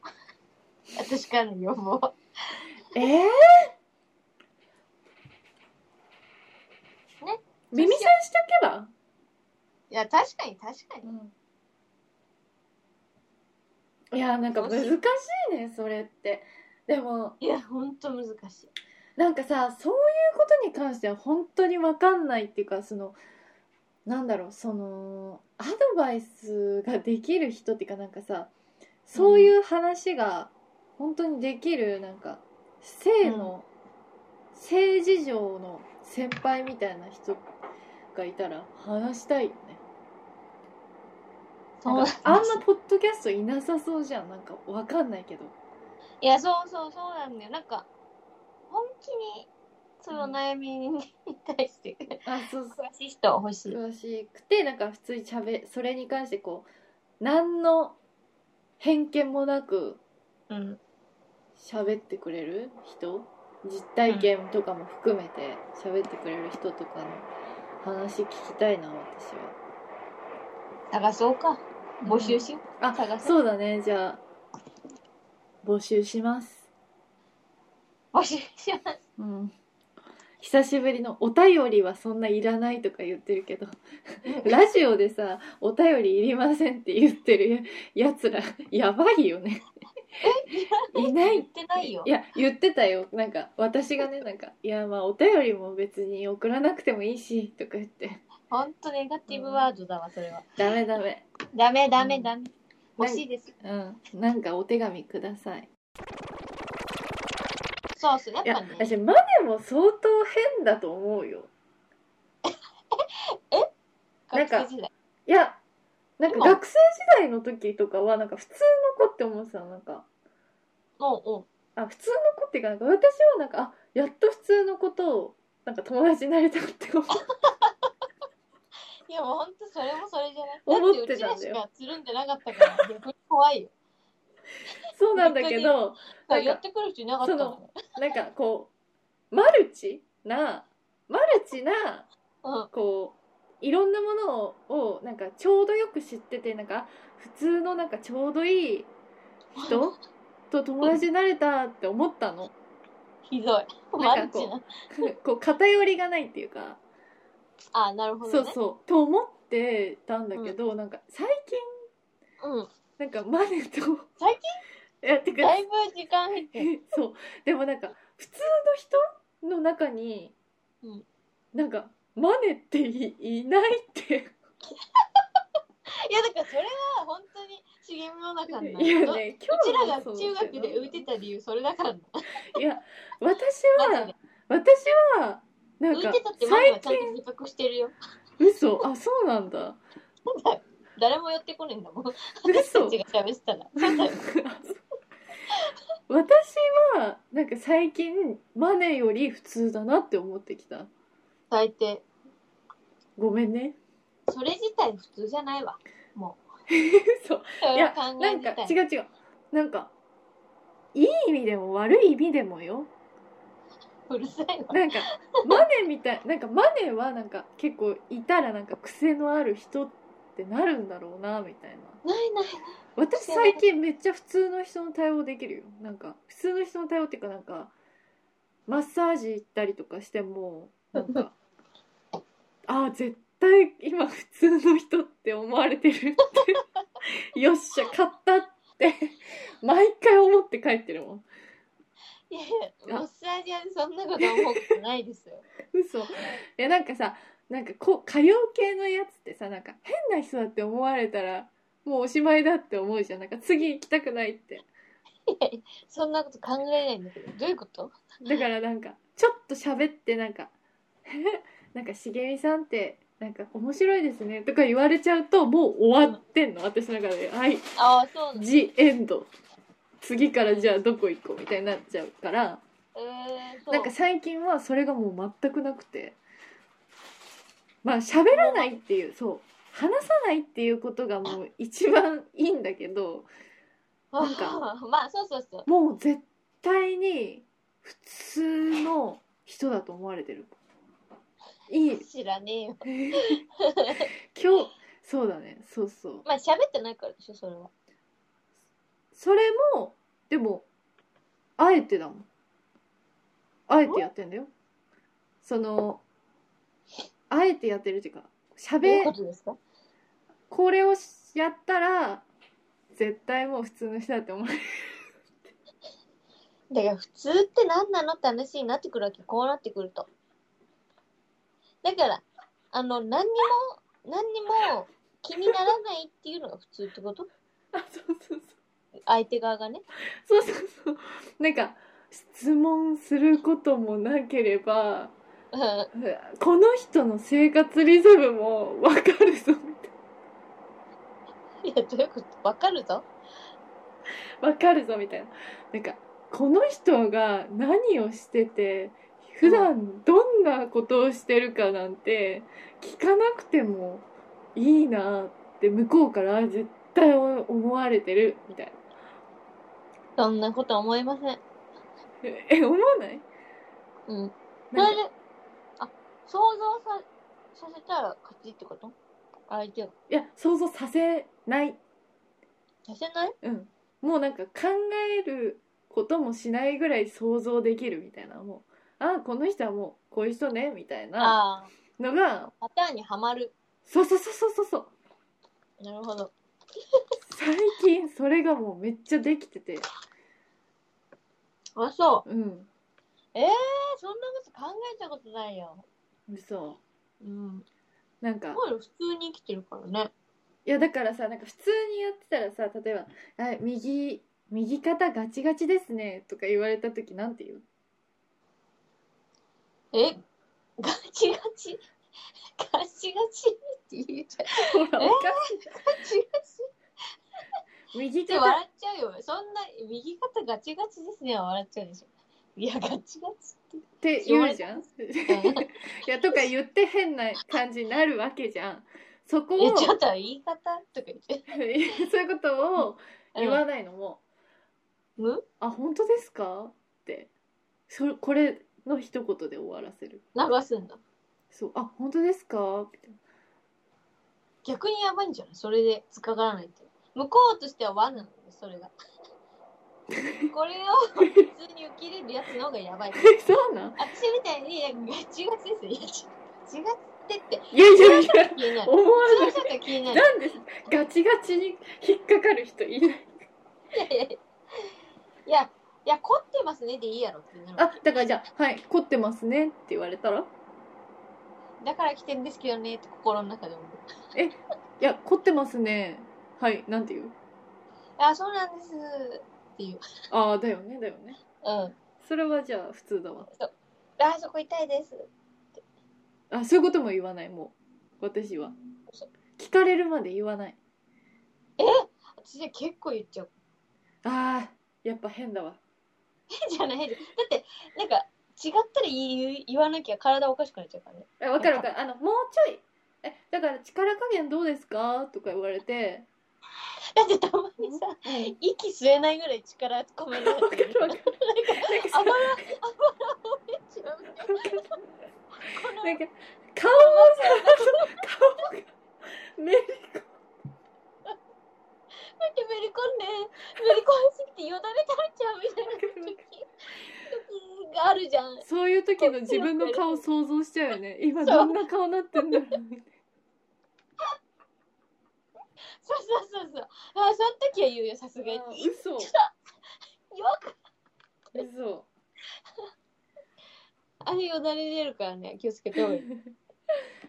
S1: 私からの要望
S2: えー、耳栓しておけば、
S1: いや確かに確かに
S2: いやなんか難しいねそれってでも
S1: いやほんと難しい
S2: なんかさそういうことに関しては本当に分かんないっていうかそのなんだろうそのアドバイスができる人っていうかなんかさそういう話が本当にできるなんか性の、性事情の先輩みたいな人がいたら話したいよね。なんかあんなポッドキャストいなさそうじゃんなんかわかんないけど
S1: いやそうそうそうなんだよなんか本気にその悩みに対して
S2: あそうそう
S1: 詳しい人欲しい
S2: 詳しくてなんか普通にしゃべそれに関してこう何の偏見もなく
S1: うん
S2: 喋ってくれる人実体験とかも含めて喋ってくれる人とかの話聞きたいな私は
S1: 探そうか募集しよう、
S2: あ
S1: 探そう
S2: そうだねじゃあ募集します
S1: 募集します
S2: うん久しぶりのお便りはそんないらないとか言ってるけどラジオでさお便りいりませんって言ってるやつらやばいよねいない
S1: 言ってないよ
S2: いや言ってたよなんか私がねなんか「いやまあお便りも別に送らなくてもいいし」とか言って
S1: ほんとネガティブワードだわそれは
S2: 「ダメダメ
S1: ダメダメ
S2: うん
S1: ダメ欲しいです
S2: うんなんかお手紙ください」
S1: そうそうやっ
S2: いや
S1: ぱね
S2: 私マネも相当変だと思うよなん
S1: 学
S2: か
S1: 生時代
S2: いやなんか
S1: 今
S2: 学生時代の時とかはなんか普通の子って思ってたのなんか
S1: もううん
S2: あ普通の子っていうかなんか私はなんかあやっと普通の子となんか友達になれたって思う
S1: いやもうほんとそれもそれじゃない
S2: 思
S1: だ
S2: っ
S1: っ
S2: て
S1: てうち
S2: た
S1: ら
S2: んだ
S1: し
S2: よ
S1: かつるんでなかったから逆に怖いよ
S2: そうなんだけどなんか
S1: 寄ってくる人いなかったの
S2: なんかこうマルチなマルチな
S1: うん
S2: こういろんなものをなんかちょうどよく知っててなんか普通のなんかちょうどいい人と友達になれたって思ったの
S1: ひどいマ
S2: なん
S1: ル
S2: かこ
S1: チ
S2: う
S1: な
S2: こう偏りがないっていうか
S1: あなるほ
S2: そ
S1: ど
S2: う
S1: ね
S2: そうと思ってたんだけどなんか最近
S1: うん
S2: なんかマネと
S1: 最
S2: 近やってく
S1: だいぶ時間減 って
S2: え そうでもなんか普通の人の中に、
S1: うん
S2: なんかマネっていいないって
S1: いやだからそれは本当に茂みの中になる
S2: いやね
S1: うちらが
S2: そう
S1: 中学で浮いてた理由それだからない
S2: や私
S1: マジ
S2: は
S1: で
S2: 私はなん
S1: 浮い
S2: か
S1: てたってマジは
S2: 最
S1: ちゃん
S2: 近
S1: と自覚してるよ
S2: 嘘あそうなんだ
S1: 誰も寄ってこないんだもん私
S2: 嘘
S1: たちが喋ってたらそうだよ
S2: 私はなんか最近マネより普通だなって思ってきた
S1: 大抵
S2: ごめんね
S1: それ自体普通じゃないわ
S2: 嘘
S1: そ
S2: い
S1: れを
S2: や
S1: 考
S2: な
S1: え
S2: んか
S1: 自体
S2: 違う違うなんかいい意味でも悪い意味でもよ
S1: うるさいわ
S2: なんかマネみたいなんかマネはなんか結構いたらなんか癖のある人ってなるんだろうなみたいな
S1: ないない
S2: 私最近めっちゃ普通の人の対応できるよなんか普通の人の対応っていうかなんかマッサージ行ったりとかしてもなんかああ絶対今普通の人って思われてるって よっしゃ勝ったって毎回思って帰ってるもん
S1: いやいや、マッサージ屋でそんなこと思うことないですよ。
S2: 嘘いやなんかさなんかこう歌謡系のやつってさなんか変な人だって思われたらもうおしまいだって思うじゃんなんか次行きたくないって
S1: そんなこと考えないんだけど、どういうこと
S2: だからなんかちょっと喋ってなんか 「なんか茂みさんってなんか面白いですね」とか言われちゃうともう終わってんの私の中で「はい
S1: ああ、そうなの。
S2: ジ・エンド」次からじゃあどこ行こうみたいになっちゃうから
S1: えー、そう
S2: なんか最近はそれがもう全くなくてまあ喋らないっていうそう話さないっていうことがもう一番いいんだけどなんか
S1: まあ、そうそうそう。
S2: もう絶対に普通の人だと思われてるいい
S1: 知らねえよ。
S2: 今日そうだねそうそう
S1: まあ喋ってないからでしょ、それは。
S2: それもでもあえてだもんあえてやってんだよそのあえてやってるっていうか
S1: どうい
S2: 喋
S1: うことですか
S2: これをやったら絶対もう普通の人だって思う
S1: だから普通って何なのって話になってくるわけ、こうなってくると。だから、あの、何にも、何にも気にならないっていうのが普通ってこと
S2: あそうそう
S1: 相手側がね。
S2: そうそうそうそうなんか質問することもなければ
S1: うんあ
S2: この人の生活リズムもわかるぞ
S1: いや、どういうことわかるぞ。
S2: わかるぞみたいななんかこの人が何をしてて普段どんなことをしてるかなんて聞かなくてもいいなって向こうから絶対思われてるみたいな
S1: そんなこと思いません。
S2: ええ思わない
S1: うん。そ
S2: な
S1: れ
S2: ん
S1: で
S2: か、
S1: あ、想像さ、させたら勝ちってこと相手を。
S2: いや想像させない、
S1: させない
S2: うん、もうなんか考えることもしないぐらい想像できるみたいなもうああこの人はもうこういう人ねみたいな
S1: あ
S2: のが
S1: あ、パターンにはまる。
S2: そうそうそうそうそうそう
S1: なるほど。
S2: 最近それがもうめっちゃできてて
S1: あ、そう。
S2: うん
S1: ええー、そんなこと考えたことないよ。
S2: 嘘
S1: うん。
S2: なんか
S1: まあ、普通に生きてるからね。
S2: いやだからさなんか普通にやってたらさ例えば「あ右右肩ガチガチですね」とか言われた時なんて言う
S1: えガチガチガチガチって言うじゃん。
S2: ほら
S1: え
S2: おかし
S1: ガチガチ
S2: い右
S1: って
S2: 肩
S1: 笑っちゃうよ。そんな、右肩ガチガチですね。笑っちゃうでしょ。いや、ガチガチっ
S2: って言うじゃん い
S1: て。
S2: やとか言って変な感じになるわけじゃんそこを
S1: え、ちょっと言い方とか言って。
S2: いや そういうことを言わないのも
S1: む
S2: 「あ本当ですか?」ってそこれの一言で終わらせる
S1: 流すんだ。
S2: そう「あ本当ですか?」みたいな
S1: 逆にやばいんじゃないそれで突っかからないって。向こうとしては和なのよ、そ れが。これを普通に受け入れるやつの方がやばい。
S2: え そうなん
S1: 私みたいに、なんかガチガチですね。いや、違ってって
S2: いやいやいや、
S1: 気になる。
S2: 思わ
S1: そ
S2: な
S1: ういう
S2: い。
S1: 人は気になる。
S2: なんでガチガチに引っかかる人いない。
S1: いや、いや、凝ってますねでいいやろってなるわ
S2: あ
S1: け。、
S2: だからじゃあ、はい、凝ってますねって言われたら、
S1: だから来てんですけどねって心の中で思う。
S2: いや、凝ってますね。はい、なんて言う
S1: あ、そうなんです。っていう。
S2: ああ、だよね、だよね。
S1: うん。
S2: それはじゃあ普通だわ。
S1: あ、そこ痛いです。
S2: あ、そういうことも言わない、もう。私は
S1: そう。
S2: 聞かれるまで言わない。
S1: 私は結構言っちゃう。
S2: ああ、やっぱ変だわ。
S1: じゃないでだってなんか違ったら言い言わなきゃ体おかしくなっちゃうからね
S2: え、わかるわかる。あの、もうちょい。え、だから力加減どうですかとか言われて。
S1: だってたまにさ
S2: うん
S1: 息吸えないぐらい力込めるや
S2: わかる
S1: つ
S2: わかる。なんかさ
S1: あばらあばら折れちゃうみたいな
S2: なんか顔もさ顔がめり
S1: だってめり込んでめり込みすぎてよだれ垂れちゃうみたいな時時があるじゃん
S2: そういう時の自分の顔想像しちゃうよね今どんな顔なってんだろうみたい
S1: そうそうそうそうあその時は言うよさすがに
S2: な嘘
S1: よく
S2: 嘘
S1: あれよだれ出るからね気をつけ ておいい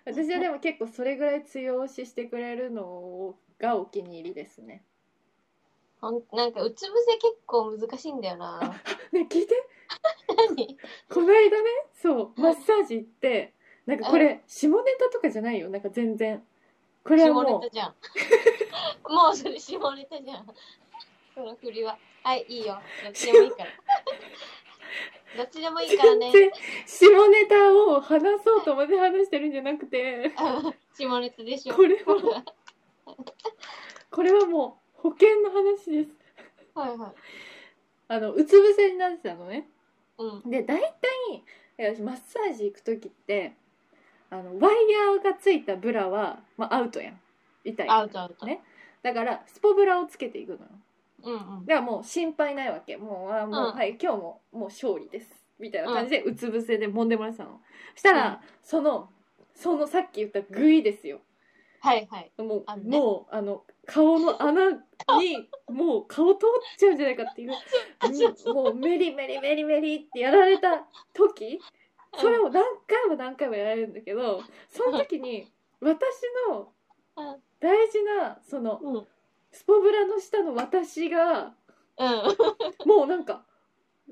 S2: 私はでも結構それぐらい強押ししてくれるのがお気に入りですね
S1: ほんなんかうつ伏せ結構難しいんだ よな
S2: ね聞いて
S1: 何
S2: この間ねそうマッサージ行ってなんかこれ下ネタとかじゃないよなんか全然これは
S1: 下
S2: も
S1: ネ
S2: う
S1: タじゃん。 もうそれ下ネタじゃん。その振りは。はい、いいよ。どっちでもいい から。どっちでもいいからね
S2: 全。然下ネタを話そうと思って話してるんじゃなくて
S1: 下ネタでしょ。
S2: これはこれはもう保険の話です
S1: はいはい。
S2: あのうつ伏せになってたのね
S1: うん。
S2: で大体いやマッサージ行く時ってあのワイヤーがついたブラは、まあ、アウトやん痛いから
S1: アウトアウト。
S2: ねだからスポブラをつけていくのよ
S1: うんうん。
S2: だからもう心配ないわけもうあーもう、
S1: うん
S2: はい今日ももう勝利ですみたいな感じでうつ伏せで揉んでもらってたのしたら、
S1: うん
S2: そのそのさっき言ったグイですよ
S1: はいはい。
S2: も
S1: あの
S2: う,、
S1: ね
S2: もうあの顔の穴に もう顔通っちゃうんじゃないかっていううんもうメリメリメリメリってやられた時それを何回も何回もやられるんだけどその時に私の
S1: うん
S2: 大事なその
S1: うん。うん。
S2: スポブラの下の私がもうなんか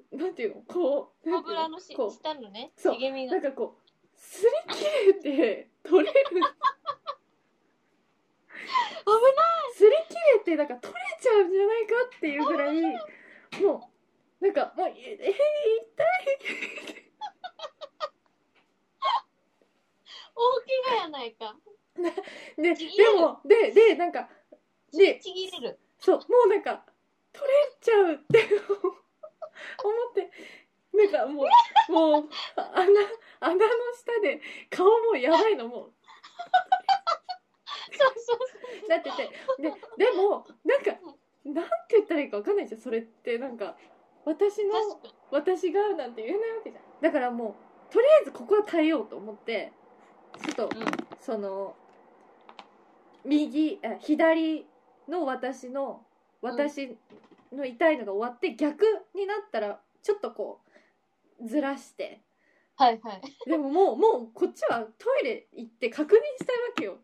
S2: なんていうのこうな
S1: コ
S2: んて
S1: ブ
S2: いう
S1: ラのし
S2: こう
S1: 下のね、
S2: そう
S1: 茂み
S2: な
S1: が
S2: ん。かこうすり切れて取れる危ないすり切れてなんか取れちゃうんじゃないかっていうぐらいもうなんかもうええ
S1: 大怪我やないか。
S2: 痛いで
S1: ちぎ
S2: で
S1: れる
S2: もででなんかで
S1: ちぎれる。
S2: そうもうなんか取れちゃうって思ってなんかもうもう穴穴の下で顔もやばいのもう
S1: そうそう
S2: なっててででもなんかなんて言ったらいいかわかんないじゃんそれってなんか私の
S1: そう。確か
S2: 私がなんて言えないわけじゃんだからもうとりあえずここは耐えようと思ってちょっと、
S1: うん
S2: その右あ左の私の私の痛いのが終わって逆になったらちょっとこうずらして
S1: はいはい。
S2: でももうもうこっちはトイレ行って確認したいわけよ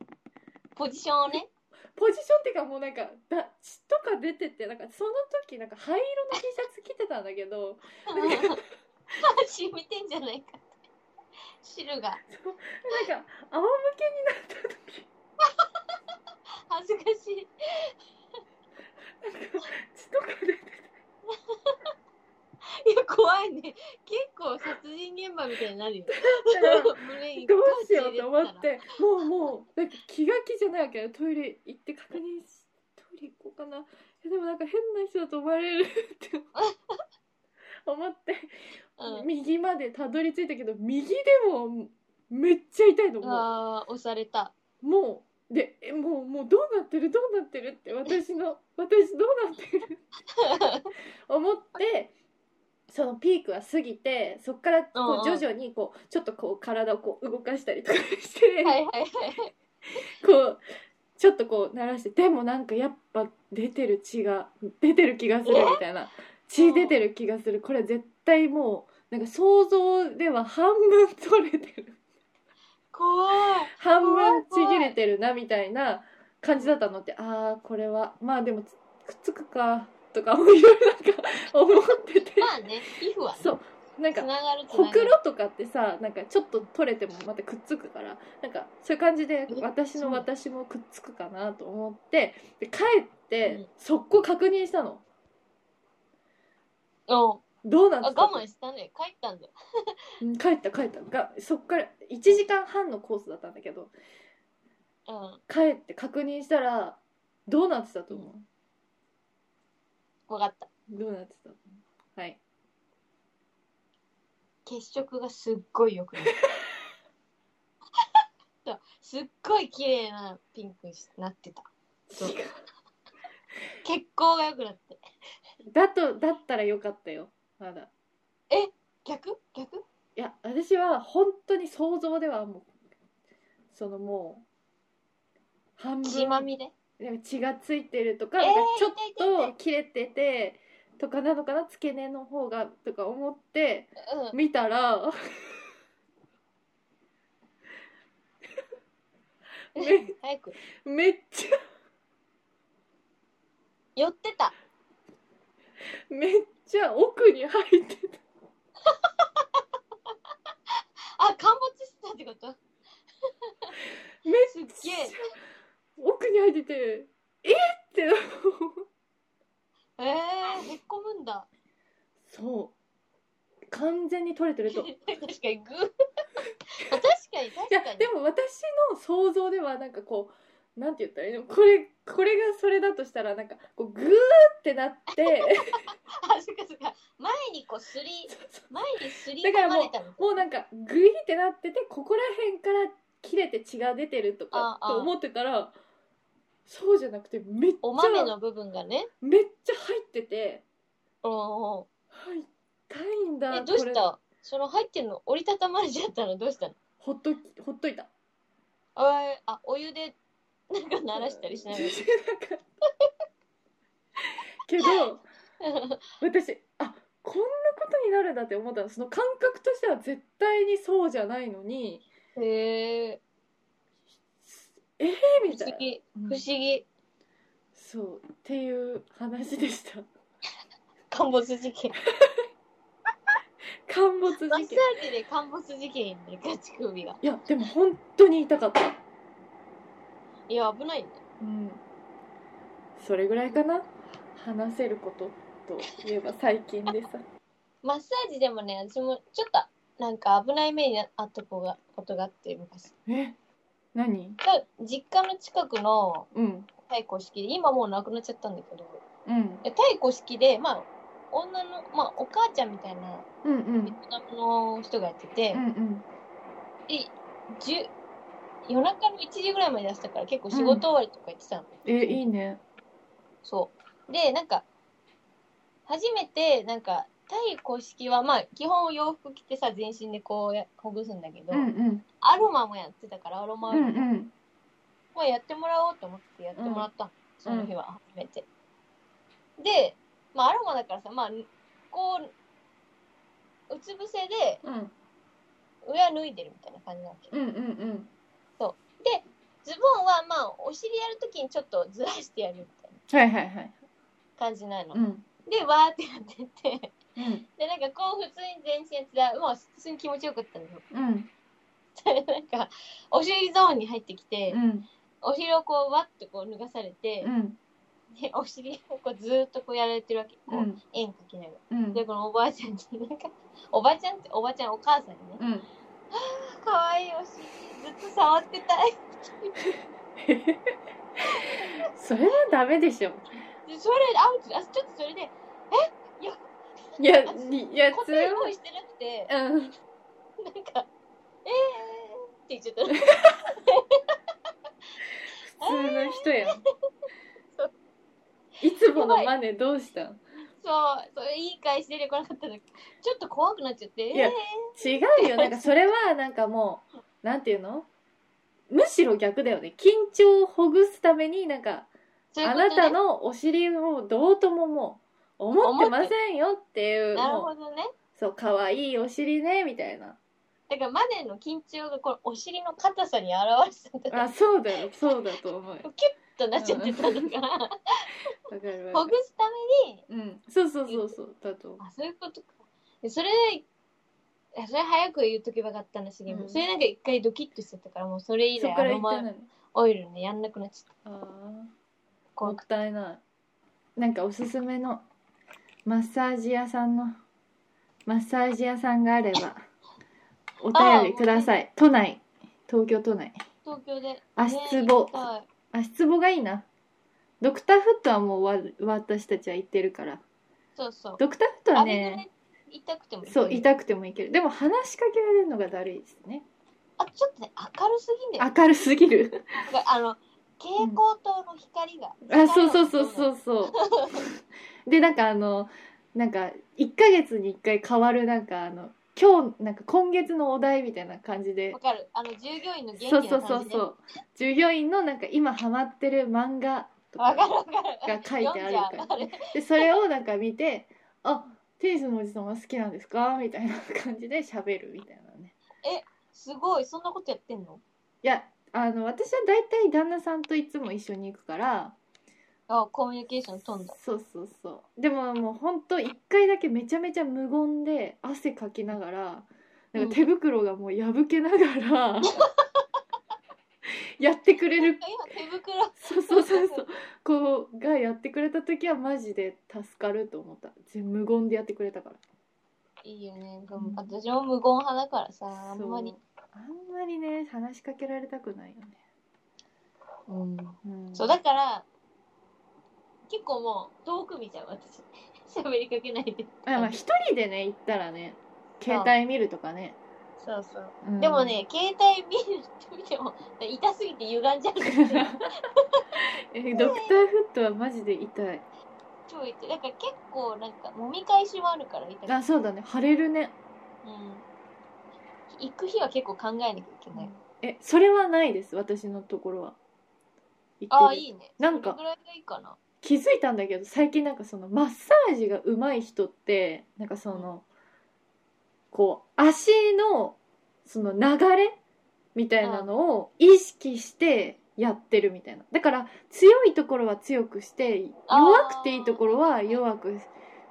S1: ポジションをね。
S2: ポジションっていうかもうなんかだ血とか出ててなんかその時なんか灰色の T シャツ着てたんだけど
S1: 染みてんじゃないかって。汁が。
S2: なんか仰向けになった時
S1: 恥ずかしい。
S2: 血とか出て
S1: いや、怖いね。結構殺人現場みたいにな るよ。
S2: たらど
S1: 胸に
S2: うしようと思
S1: ガ
S2: っ
S1: チ入れたら。
S2: てもうもうなんか気が気じゃないわけよトイレ行って確認しトイレ行こうかないやでもなんか変な人だと思われるって思って、
S1: うん。
S2: 右までたどり着いたけど右でもめっちゃ痛いのもう。
S1: ああ、押された。
S2: もうでえもうもうどうなってるどうなってるって私の私どうなってる思ってそのピークは過ぎてそこからこう
S1: うんう
S2: 徐
S1: ん
S2: 々にこうちょっとこう体をこう動かしたりとかして、
S1: はいはいはい。
S2: こうちょっとこう鳴らしてでもなんかやっぱ出てる血が出てる気がするみたいな血出てる気がするこれ絶対もうなんか想像では半分取れてる
S1: 怖い。
S2: 半分ちぎれてるなみたいな感じだったのってああこれはまあでもつくっつくかとかもいろいろなんか 思ってて
S1: まあね、皮膚はね。
S2: そうなん
S1: つな
S2: か
S1: がるつ
S2: ほ
S1: なが
S2: く
S1: る。
S2: ろとかってさなんかちょっと取れてもまたくっつくからなんかそういう感じで
S1: え
S2: 私
S1: そ
S2: の
S1: う
S2: 私もくっつくかなと思ってで帰って、
S1: うん
S2: 速攻確認したの
S1: うん。
S2: どうな
S1: あ、
S2: ってた
S1: 我慢したね。帰ったんだ。
S2: うん帰った帰ったがそっから1時間半のコースだったんだけど
S1: うん。
S2: 帰って確認したらどうなってたと思う、
S1: うわかった。
S2: どうなってたのはい。
S1: 血色がすっごい良くな った。すっごい綺麗なピンクになってた。そう血行が良くなって。
S2: だと、だったらよかったよ。まだ。
S1: 逆逆
S2: いや、私は本当に想像ではもう、そのもう、半分
S1: 血まみれ
S2: でも血がついてるとか、
S1: えー
S2: なんかちょ
S1: 痛い痛い痛
S2: っと切れてて、とかなのかな付け根の方がとか思って
S1: うん。
S2: 見たらめ
S1: 早く。
S2: めっちゃ
S1: 寄ってた。
S2: めっちゃ奥に入ってた
S1: あ、陥没してたってこと
S2: め
S1: すっげえ。
S2: 奥に入っててえっってな
S1: えー、へっこむんだ。
S2: そう完全に取れて るとい
S1: 確かに グー。確かに確
S2: や
S1: かに
S2: で。も私の想像ではなんかこうなんて言ったらいいのこれこれがそれだとしたらなんかこうグーってなって
S1: あそっかそっか前にこうすり前にすり
S2: だ
S1: 込
S2: から
S1: まれたの
S2: もうなんかグイってなっててここら辺から切れて血が出てるとか
S1: ああ
S2: と思ってたらそうじゃなくてめっち
S1: お豆
S2: ゃ
S1: の部分がね
S2: めっちゃ入ってて
S1: うんうん
S2: はい痛いんだ
S1: えどう
S2: こ
S1: し
S2: れ
S1: たその入ってるの折りたたまれちゃったのどうしたの
S2: ほっとほっといた
S1: あーあお湯でなんか慣らしたり しないの
S2: してなかったけど私あこんなことになるんだって思ったのその感覚としては絶対にそうじゃないのに
S1: へえ
S2: えー、
S1: 不
S2: みたい
S1: 思
S2: な、
S1: 議
S2: う
S1: 不
S2: ん
S1: 思議
S2: そうっていう話でした
S1: 陥没事件
S2: 陥没
S1: マッ
S2: 事
S1: サ
S2: 件
S1: ージで陥没事件ねガチ首が
S2: いやでも本当に痛かった
S1: いや危ないね
S2: うんそれぐらいかな話せることといえば最近でさ
S1: マッサージでもね私もちょっとなんか危ない目にあった子がことがあって昔
S2: え何
S1: だ実家の近くの
S2: うん
S1: 太鼓式で今もうなくなっちゃったんだけど
S2: うん
S1: で太鼓式でまあ女のまあお母ちゃんみたいな
S2: うんう
S1: ベ
S2: ん
S1: トナムの人がやってて、
S2: うんうん
S1: でじゅ夜中の1時ぐらいまで出したから結構仕事終わりとか行ってたの、
S2: えいいね
S1: そうでなんか初めてなんかタイ公式はまあ基本洋服着てさ全身でこうやほぐすんだけど、
S2: うんうん
S1: アロマもやってたからアロマ
S2: うんうん
S1: もやってもらおうと思ってやってもらったの、その日は初めて、で、まあ、アロマだからさまあこううつ伏せで
S2: うん
S1: 上は脱いでるみたいな感じなわけ
S2: うんうん
S1: ズボンはまあお尻やるときにちょっとずらしてやるみたいな
S2: はいはいはい
S1: 感じなの、
S2: うん
S1: でわーってやってて
S2: うん
S1: で、なんかこう、普通に全身やってたら、もう普通に気持ちよかったのよ。
S2: うん
S1: でなんか、お尻ゾーンに入ってきて、
S2: うん
S1: お尻をこう、わってこう脱がされて、
S2: うん
S1: で、お尻をこう、ずーっとこうやられてるわけ。こう、
S2: うん
S1: 円かけながら。
S2: うん
S1: で、このおばあちゃんに、なんか、おばあちゃんって、おばあちゃん、お母さんにね、
S2: うん
S1: かわいいお尻、ずっと触ってたい。
S2: それはダメでしょ
S1: で、それ、アウト、あ、ちょっとそれで、
S2: い やいや
S1: 答
S2: そ
S1: え
S2: れ
S1: 用
S2: は
S1: 意してなくて、
S2: うん
S1: なんか、えーって言っちゃったの。
S2: 普通の人やん
S1: そう
S2: いつものマネどうしたん
S1: そう、それいい返し出てこなかったんだけど、ちょっと怖くなっちゃって、え
S2: いや
S1: ー
S2: 違うよなんかそれはなんかもうなんていうのむしろ逆だよね緊張をほぐすためになんか
S1: そういう
S2: あ
S1: ことね
S2: なたのお尻をどうとももう思ってませんよっていう
S1: なる
S2: も
S1: ほ
S2: う
S1: どね。
S2: そう可愛いお尻ねみたいな
S1: だからマネの緊張がこのお尻の硬さに表れてたんだ
S2: あ
S1: な。
S2: そうだよそうだと思うよ
S1: キュッとなっちゃってたのかな。
S2: わかるわ
S1: ほ
S2: か
S1: ぐ
S2: る
S1: すために、
S2: うんそうそうそうそうだと思
S1: あ、そういうことか。でそれで、いやそれ早く言っとけばよかったな、しげも。
S2: うん
S1: それなんか一回ドキッとしちゃったから、もうそれ以
S2: うそ
S1: 来
S2: っ
S1: ア
S2: から言っ
S1: ロ
S2: て
S1: マ
S2: ないの
S1: オイルね、やんなくなっちゃった。
S2: ああも
S1: 怖
S2: っ
S1: く
S2: たいないなんかおすすめのマッサージ屋さんのマッサージ屋さんがあればお便りください都内東京都内
S1: 東京で。
S2: 足つぼ足つぼがいいなドクターフットはもうわ私たちは行ってるから
S1: そうそう。
S2: ドクターフットは
S1: あれ
S2: ね
S1: がね、痛くても
S2: そう
S1: い。
S2: 痛くてもいけるでも話しかけられるのがだるいですね
S1: あ、ちょっとね、明るすぎんだよ。
S2: 明るすぎる
S1: なんかあの、蛍光灯の光が。
S2: あそうそうそう
S1: う。
S2: そうそうでなんかあのなんか1ヶ月に1回変わるなんかあの今日なんか今月のお題みたいな感じで
S1: わかる。あの、従業員の元気
S2: そ
S1: な
S2: う
S1: 感じ、ね。
S2: そうそうそう従業員のなんか今ハマってる漫画と
S1: わ
S2: か
S1: かるわかる。
S2: が書いてある
S1: 読
S2: か
S1: んじゃ
S2: ら
S1: う
S2: ねでそれをなんか見て「あテニスのおじさんは好きなんですか?」みたいな感じで喋るみたいなね
S1: すごい、そんなことやってんの
S2: いやあの私は大体旦那さんといつも一緒に行くから
S1: あ、コミュニケーション飛んだ。
S2: そうそうそうでももうほんと1回だけめちゃめちゃ無言で汗かきながらなんか手袋がもう破けながら、 やってくれ
S1: 今
S2: る
S1: 手袋、
S2: そうそうそう そう子がやってくれた時はマジで助かると思った全無言でやってくれたから
S1: いいよね。
S2: うん
S1: 私も無言派だからさ、あんまり
S2: そう。あんまりね話しかけられたくないよね
S1: うん、
S2: うん
S1: そうだから結構もう遠く見ちゃう私 喋りかけないで
S2: あまあ一人でね行ったらね携帯見るとかね、
S1: そうそう
S2: うん
S1: でもね、携帯見る見ても痛すぎて歪んじゃうんですよ
S2: えドクターフットはマジで痛い
S1: 超痛いだから結構なんか揉み返しもあるから痛くて
S2: あそうだね腫れるね
S1: うん、行く日は結構考えなきゃいけない。
S2: えそれはないです私のところは行
S1: あ
S2: っ
S1: あ、
S2: てる
S1: いいね。
S2: なん
S1: それ
S2: か
S1: ぐらいがいいかな。
S2: 気づいたんだけど最近なんかそのマッサージが上手い人ってなんかそのこう足のその流れみたいなのを意識してやってるみたいなだから強いところは強くして
S1: あー
S2: 弱くていいところは弱く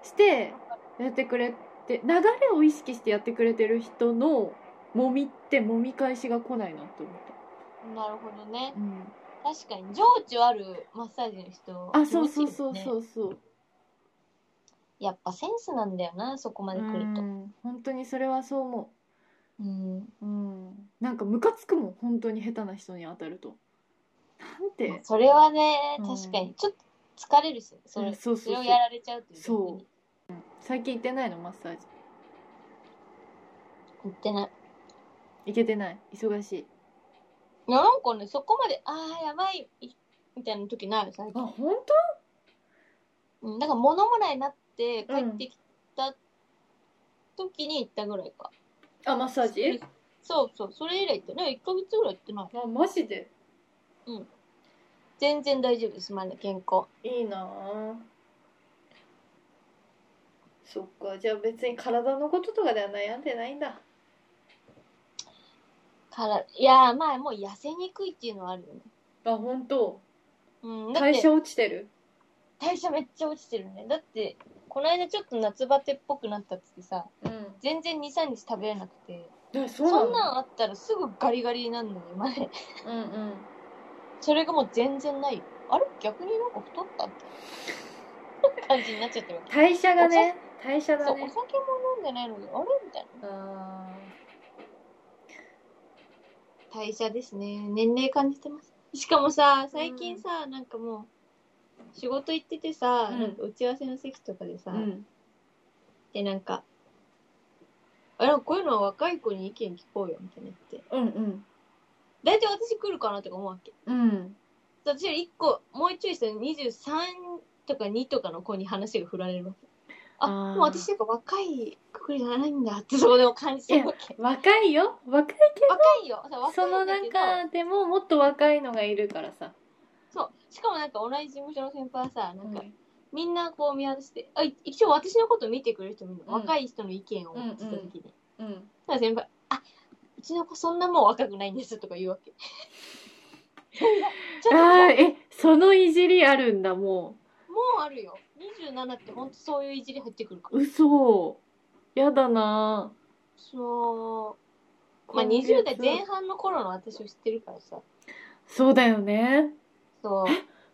S2: してやってくれて流れを意識してやってくれてる人の揉みって揉み返しが来ないなと思った。
S1: なるほどね。
S2: うん
S1: 確かに、情緒あるマッサージの人、
S2: あそうそ
S1: 気持
S2: う
S1: ちいい
S2: そ
S1: よ
S2: う
S1: ね
S2: そうそう。
S1: やっぱセンスなんだよな、そこまで
S2: う
S1: 来ると。
S2: ん本当にそれはそう思う。
S1: うん。
S2: うん、なんかムカつくもん本当に下手な人に当たるとなんて、
S1: それはね、
S2: うん
S1: 確かに。ちょっと疲れるし、それ
S2: うんそうそ
S1: そ
S2: う
S1: れ
S2: そ
S1: を
S2: う
S1: やられちゃうという
S2: そう
S1: 逆に
S2: 最近行ってないのマッサージ
S1: 言ってない。
S2: 行けてない忙しい
S1: いや、なんかね、そこまで、ああ、やばい、いみたいな時ないよ、最
S2: あ
S1: 近。
S2: 本
S1: うん、なんか物もらいになって帰ってきた時に行ったぐらいか。
S2: 当あマッサージ
S1: そうそう、それ以来行ってない。1ヶ月ぐらい行ってない。
S2: あマジで
S1: 全然大丈夫です、まだ健康。
S2: いいなあそっかじゃあ別に体のこととかでは悩んでないんだ
S1: から、いやー、まあ、もう痩せにくいっていうのはあるよね。
S2: あ本当
S1: うん、だっ
S2: 代
S1: て、
S2: 謝落ちてる
S1: 代謝めっちゃ落ちてるね。だって、この間ちょっと夏バテっぽくなったっつってさ、
S2: うん
S1: 全然2、3日食べれなくて、
S2: えそ
S1: そん
S2: な
S1: なんあったらすぐガリガリになるのに、今ね。
S2: のうんうん
S1: それがもう全然ないよ。あれ逆になんか太ったって 感じになっちゃってるわけ。
S2: 代謝がね代謝
S1: そ
S2: だ
S1: う、お酒
S2: ね
S1: も飲んでないのに、あれみたいな。
S2: あ
S1: 代謝ですね年齢感じてますしかもさ最近さ、なんかもう仕事行っててさ、
S2: うん
S1: なんか打ち合わせの席とかでさ、
S2: ーうん
S1: でなんかあれこういうのは若い子に意見聞こうよみたいな言って
S2: うんうん
S1: 大体私来るかなとか思うわけ
S2: うん
S1: 私より1個もう一ょいしたら23とか2とかの子に話が振られるわけあ
S2: あー
S1: もう私なんか若いくくりじゃないんだってそこでも感じてるわけ
S2: 若いよ若いけ
S1: 若いよそう若いんだけど
S2: その中でももっと若いのがいるからさ
S1: そうしかもなんか同じ事務所の先輩はさなんか、みんなこう見渡して、あ、い一応私のこと見てくれる人もいるの。
S2: うん
S1: 若い人の意見を言ってた時に。
S2: うん
S1: ただ先輩、あ、うちの子そんなもう若くないんですとか言うわ け。ちょっと
S2: ああえそのいじりあるんだも
S1: もうあるよ。27ってほんとそういういじり入ってくるから。
S2: う嘘やだな
S1: そう。まあ、20代前半の頃の私を知ってるからさ。
S2: そうだよね
S1: そう。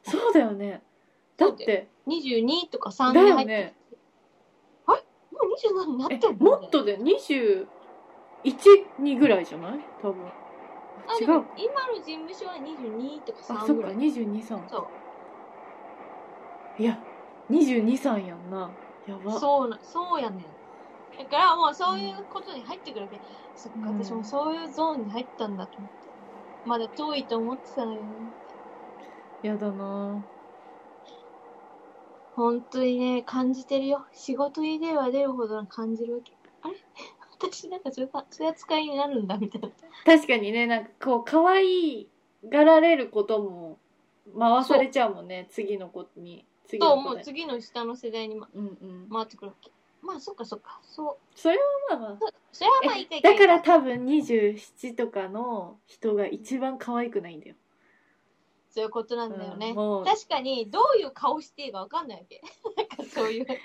S2: そうだよねだって
S1: 22とか3
S2: だ
S1: に
S2: よ
S1: 入って
S2: ね
S1: きて。あれもう27になって
S2: え
S1: んのみたいな
S2: もっとで212ぐらいじゃない多分
S1: あ、
S2: 違
S1: で
S2: う
S1: も今の事務所は22とか
S2: あ
S1: 3
S2: そっ
S1: ぐ
S2: から
S1: い。
S2: 223
S1: そう。
S2: いや223やんなやば
S1: そうな、そうやねん。だからもうそういうことに入ってくるわけ。そっか、
S2: うん
S1: 私もそういうゾーンに入ったんだと思って。まだ遠いと思ってたのよ。
S2: やだな
S1: 本当にね、感じてるよ。仕事に出れば出るほど感じるわけ。あれ 私なんかそういうかそういう扱いになるんだみたいな。
S2: 確かにねなんかこう可愛がられることも回されちゃうもんね次の子に次
S1: と、
S2: の子
S1: もう
S2: で
S1: 次の下の世代にま
S2: うんうん
S1: 回ってくるわけ。まあ、そっかそっか。そう。
S2: それはまあまあ
S1: それはまあいいか
S2: え
S1: いいい
S2: だから多分27とかの人が一番可愛くないんだよ
S1: そういうことなんだよね
S2: うん。もう
S1: 確かに、どういう顔していいかわかんないわけ。 なんかそういう。
S2: 確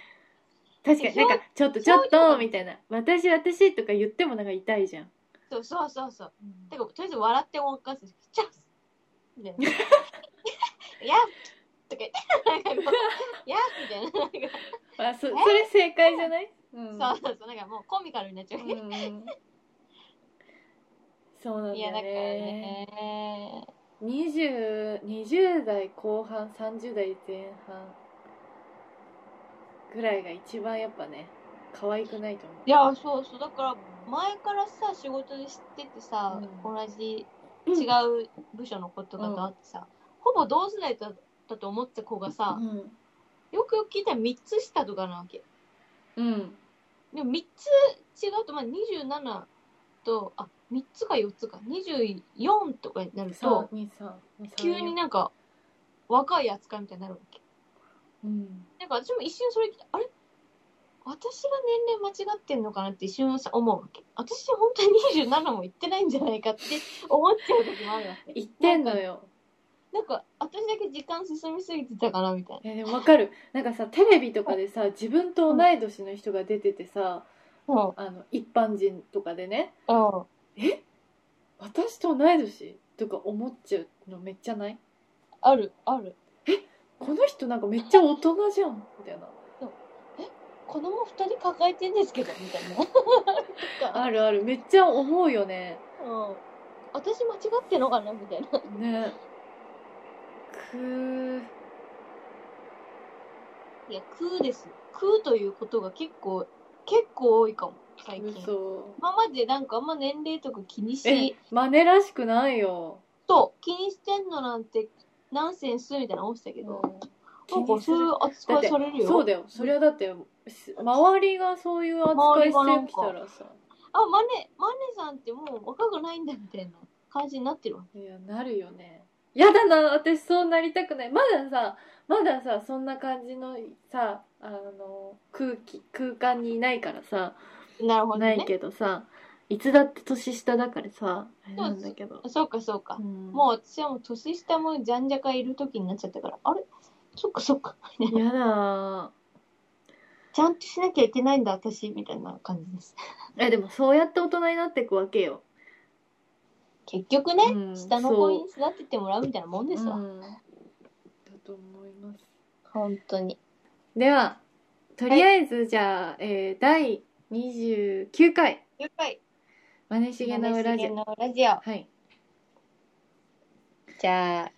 S2: かに
S1: 表
S2: なんかちょっとちょっとみたいな私私とか言ってもなんか痛いじゃん
S1: そうそうそうそう。てか、とりあえず笑ってごまかす。チャスみたい な。やっとか言って、なんかこう、やっみたいな。なんか
S2: あそそれ正解じゃない、うん
S1: そうそうそう。なんかもうコミカルになっちゃう。
S2: うんそうなんだ
S1: いや、
S2: よ
S1: だから
S2: ね
S1: ね。
S2: 20, 20代後半30代前半ぐらいが一番やっぱね可愛くないと思う
S1: いやそうそうだから前からさ仕事で知っててさ、
S2: う
S1: 同じ違う部署のことがあってさ、ほぼ同世代だだと思ってた子がさ、
S2: うん
S1: よくよく聞いたら3つ下とかなわけ
S2: うん
S1: でも3つ違うと、まあ、27とあ3つか4つか24とかになると
S2: 323
S1: 急になんか若い扱いみたいになるわけ
S2: うん
S1: なんか私も一瞬それ聞いてあれ私が年齢間違ってんのかなって一瞬さ思うわけ私本当に27も言ってないんじゃないかって思っちゃう時もあるわけ
S2: 言ってんのよ
S1: なんか私だけ時間進みすぎてたかなみたい
S2: えでも分かるなんかさテレビとかでさ自分と同い年の人が出ててさ、
S1: なも
S2: あの一般人とかでね
S1: ううん
S2: 私と同い年とか思っちゃうのめっちゃない
S1: あるある
S2: この人なんかめっちゃ大人じゃんみたいな
S1: 子供二人抱えてんですけどみたいなとか
S2: あるあるめっちゃ思うよね
S1: うん私間違ってんのかなみたいな
S2: ねくー
S1: いや空です空ということが結構結構多いかも最近
S2: 嘘
S1: 今までなんかあんま年齢とか気に
S2: え
S1: し
S2: 真似らしくないよ、
S1: そう気にしてんのなんてナンセンスみたいな思ってたけど、
S2: 気
S1: なん
S2: に
S1: か
S2: す
S1: そう
S2: る
S1: いう扱いされるよ
S2: そうだよそりゃだってし周りがそういう扱いしてきたらさ
S1: あマネマネさんってもう若くないんだみたいな感じになってるわ
S2: いやなるよねやだな私そうなりたくないまださまださそんな感じのさあの空気空間にいないからさ
S1: なるほど
S2: ない
S1: ね
S2: けどさいつだって年下だからさあれなんだけど、
S1: そうかそうか、
S2: うん
S1: もう私はもう年下もじゃんじゃかいる時になっちゃったからあれそっかそっかみたいな
S2: やだ
S1: ちゃんとしなきゃいけないんだ私みたいな感じです
S2: えでもそうやって大人になっていくわけよ
S1: 結局ね、
S2: うん
S1: 下の子に育ててもらうみたいなもんですわ、
S2: うんだと思います
S1: 本当に
S2: ではとりあえずじゃあ、えー第29回
S1: やっぱり
S2: 「まねしげの裏
S1: ラ
S2: ジ
S1: ジ
S2: オ」
S1: オ
S2: はい
S1: じゃあ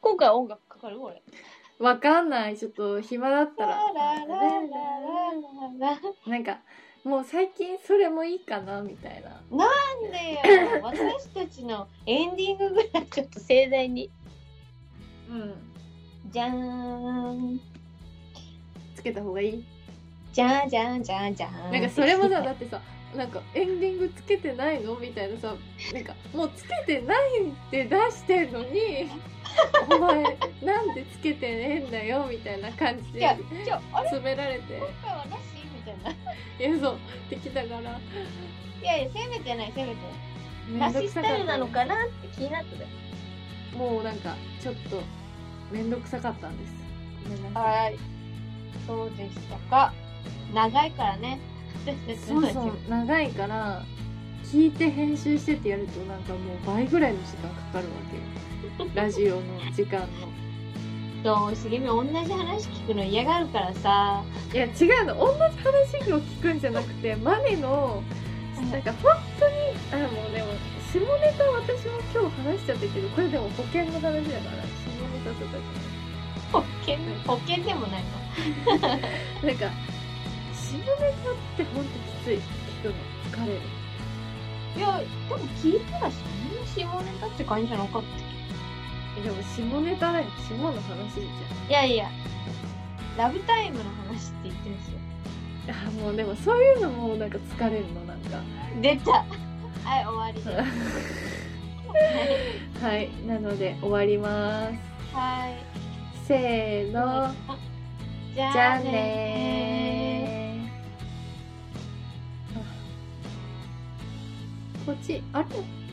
S1: 今回は音楽かかるこれ
S2: わかんないちょっと暇だったら
S1: ララララララ
S2: なんかもう最近それもいいかなみたいな
S1: なんでよ私たちのエンディングぐらいちょっと盛大に
S2: うん
S1: じゃーん
S2: つけた方がいい
S1: じゃーんじゃーんじゃーんじゃーん
S2: なんかそれもさだってさなんかエンディングつけてないのみたいなさなんかもうつけてないって出してんの にお前なんでつけてねえんだよみたいな感じ
S1: い
S2: で
S1: やじゃああれ
S2: 詰められて
S1: 今回はなしみたいない
S2: やそうできたから
S1: いやいやせめてないせめてな
S2: め
S1: い
S2: んど
S1: な
S2: く
S1: しス
S2: さか
S1: タイル
S2: っ
S1: な
S2: た
S1: のかなって気になってた
S2: もうなんかちょっとめんどくさかったんですごめんなさい
S1: はい。そうでしたか。長いからね。
S2: そうそう長いから聞いて編集してってやるとなんかもう倍ぐらいの時間かかるわけ よラジオの時間の
S1: そう、しげみ同じ話聞くの嫌がるからさ。
S2: いや違うの同じ話を聞くんじゃなくてマネのなんか本当にあもうでも下ネタ私も今日話しちゃったけどこれでも保険の話だから下ネタとかじゃない
S1: 保険、保険でもないの。
S2: なんか下ネタってほんときつい聞くの疲れる
S1: いや、でも聞いたらそんな下ネタって感じじゃなかったっ
S2: えでも下ネタだよ下の話じ
S1: けいやいや、ラブタイムの話って言ってるんですよ。
S2: ゃんあもうでもそういうのもなんか疲れるのなんか
S1: 出た。はい、終わりです。
S2: はいなので終わります
S1: はい。
S2: せーの
S1: じゃ
S2: じゃ
S1: あ
S2: あ
S1: ね
S2: ねーあこっちあれ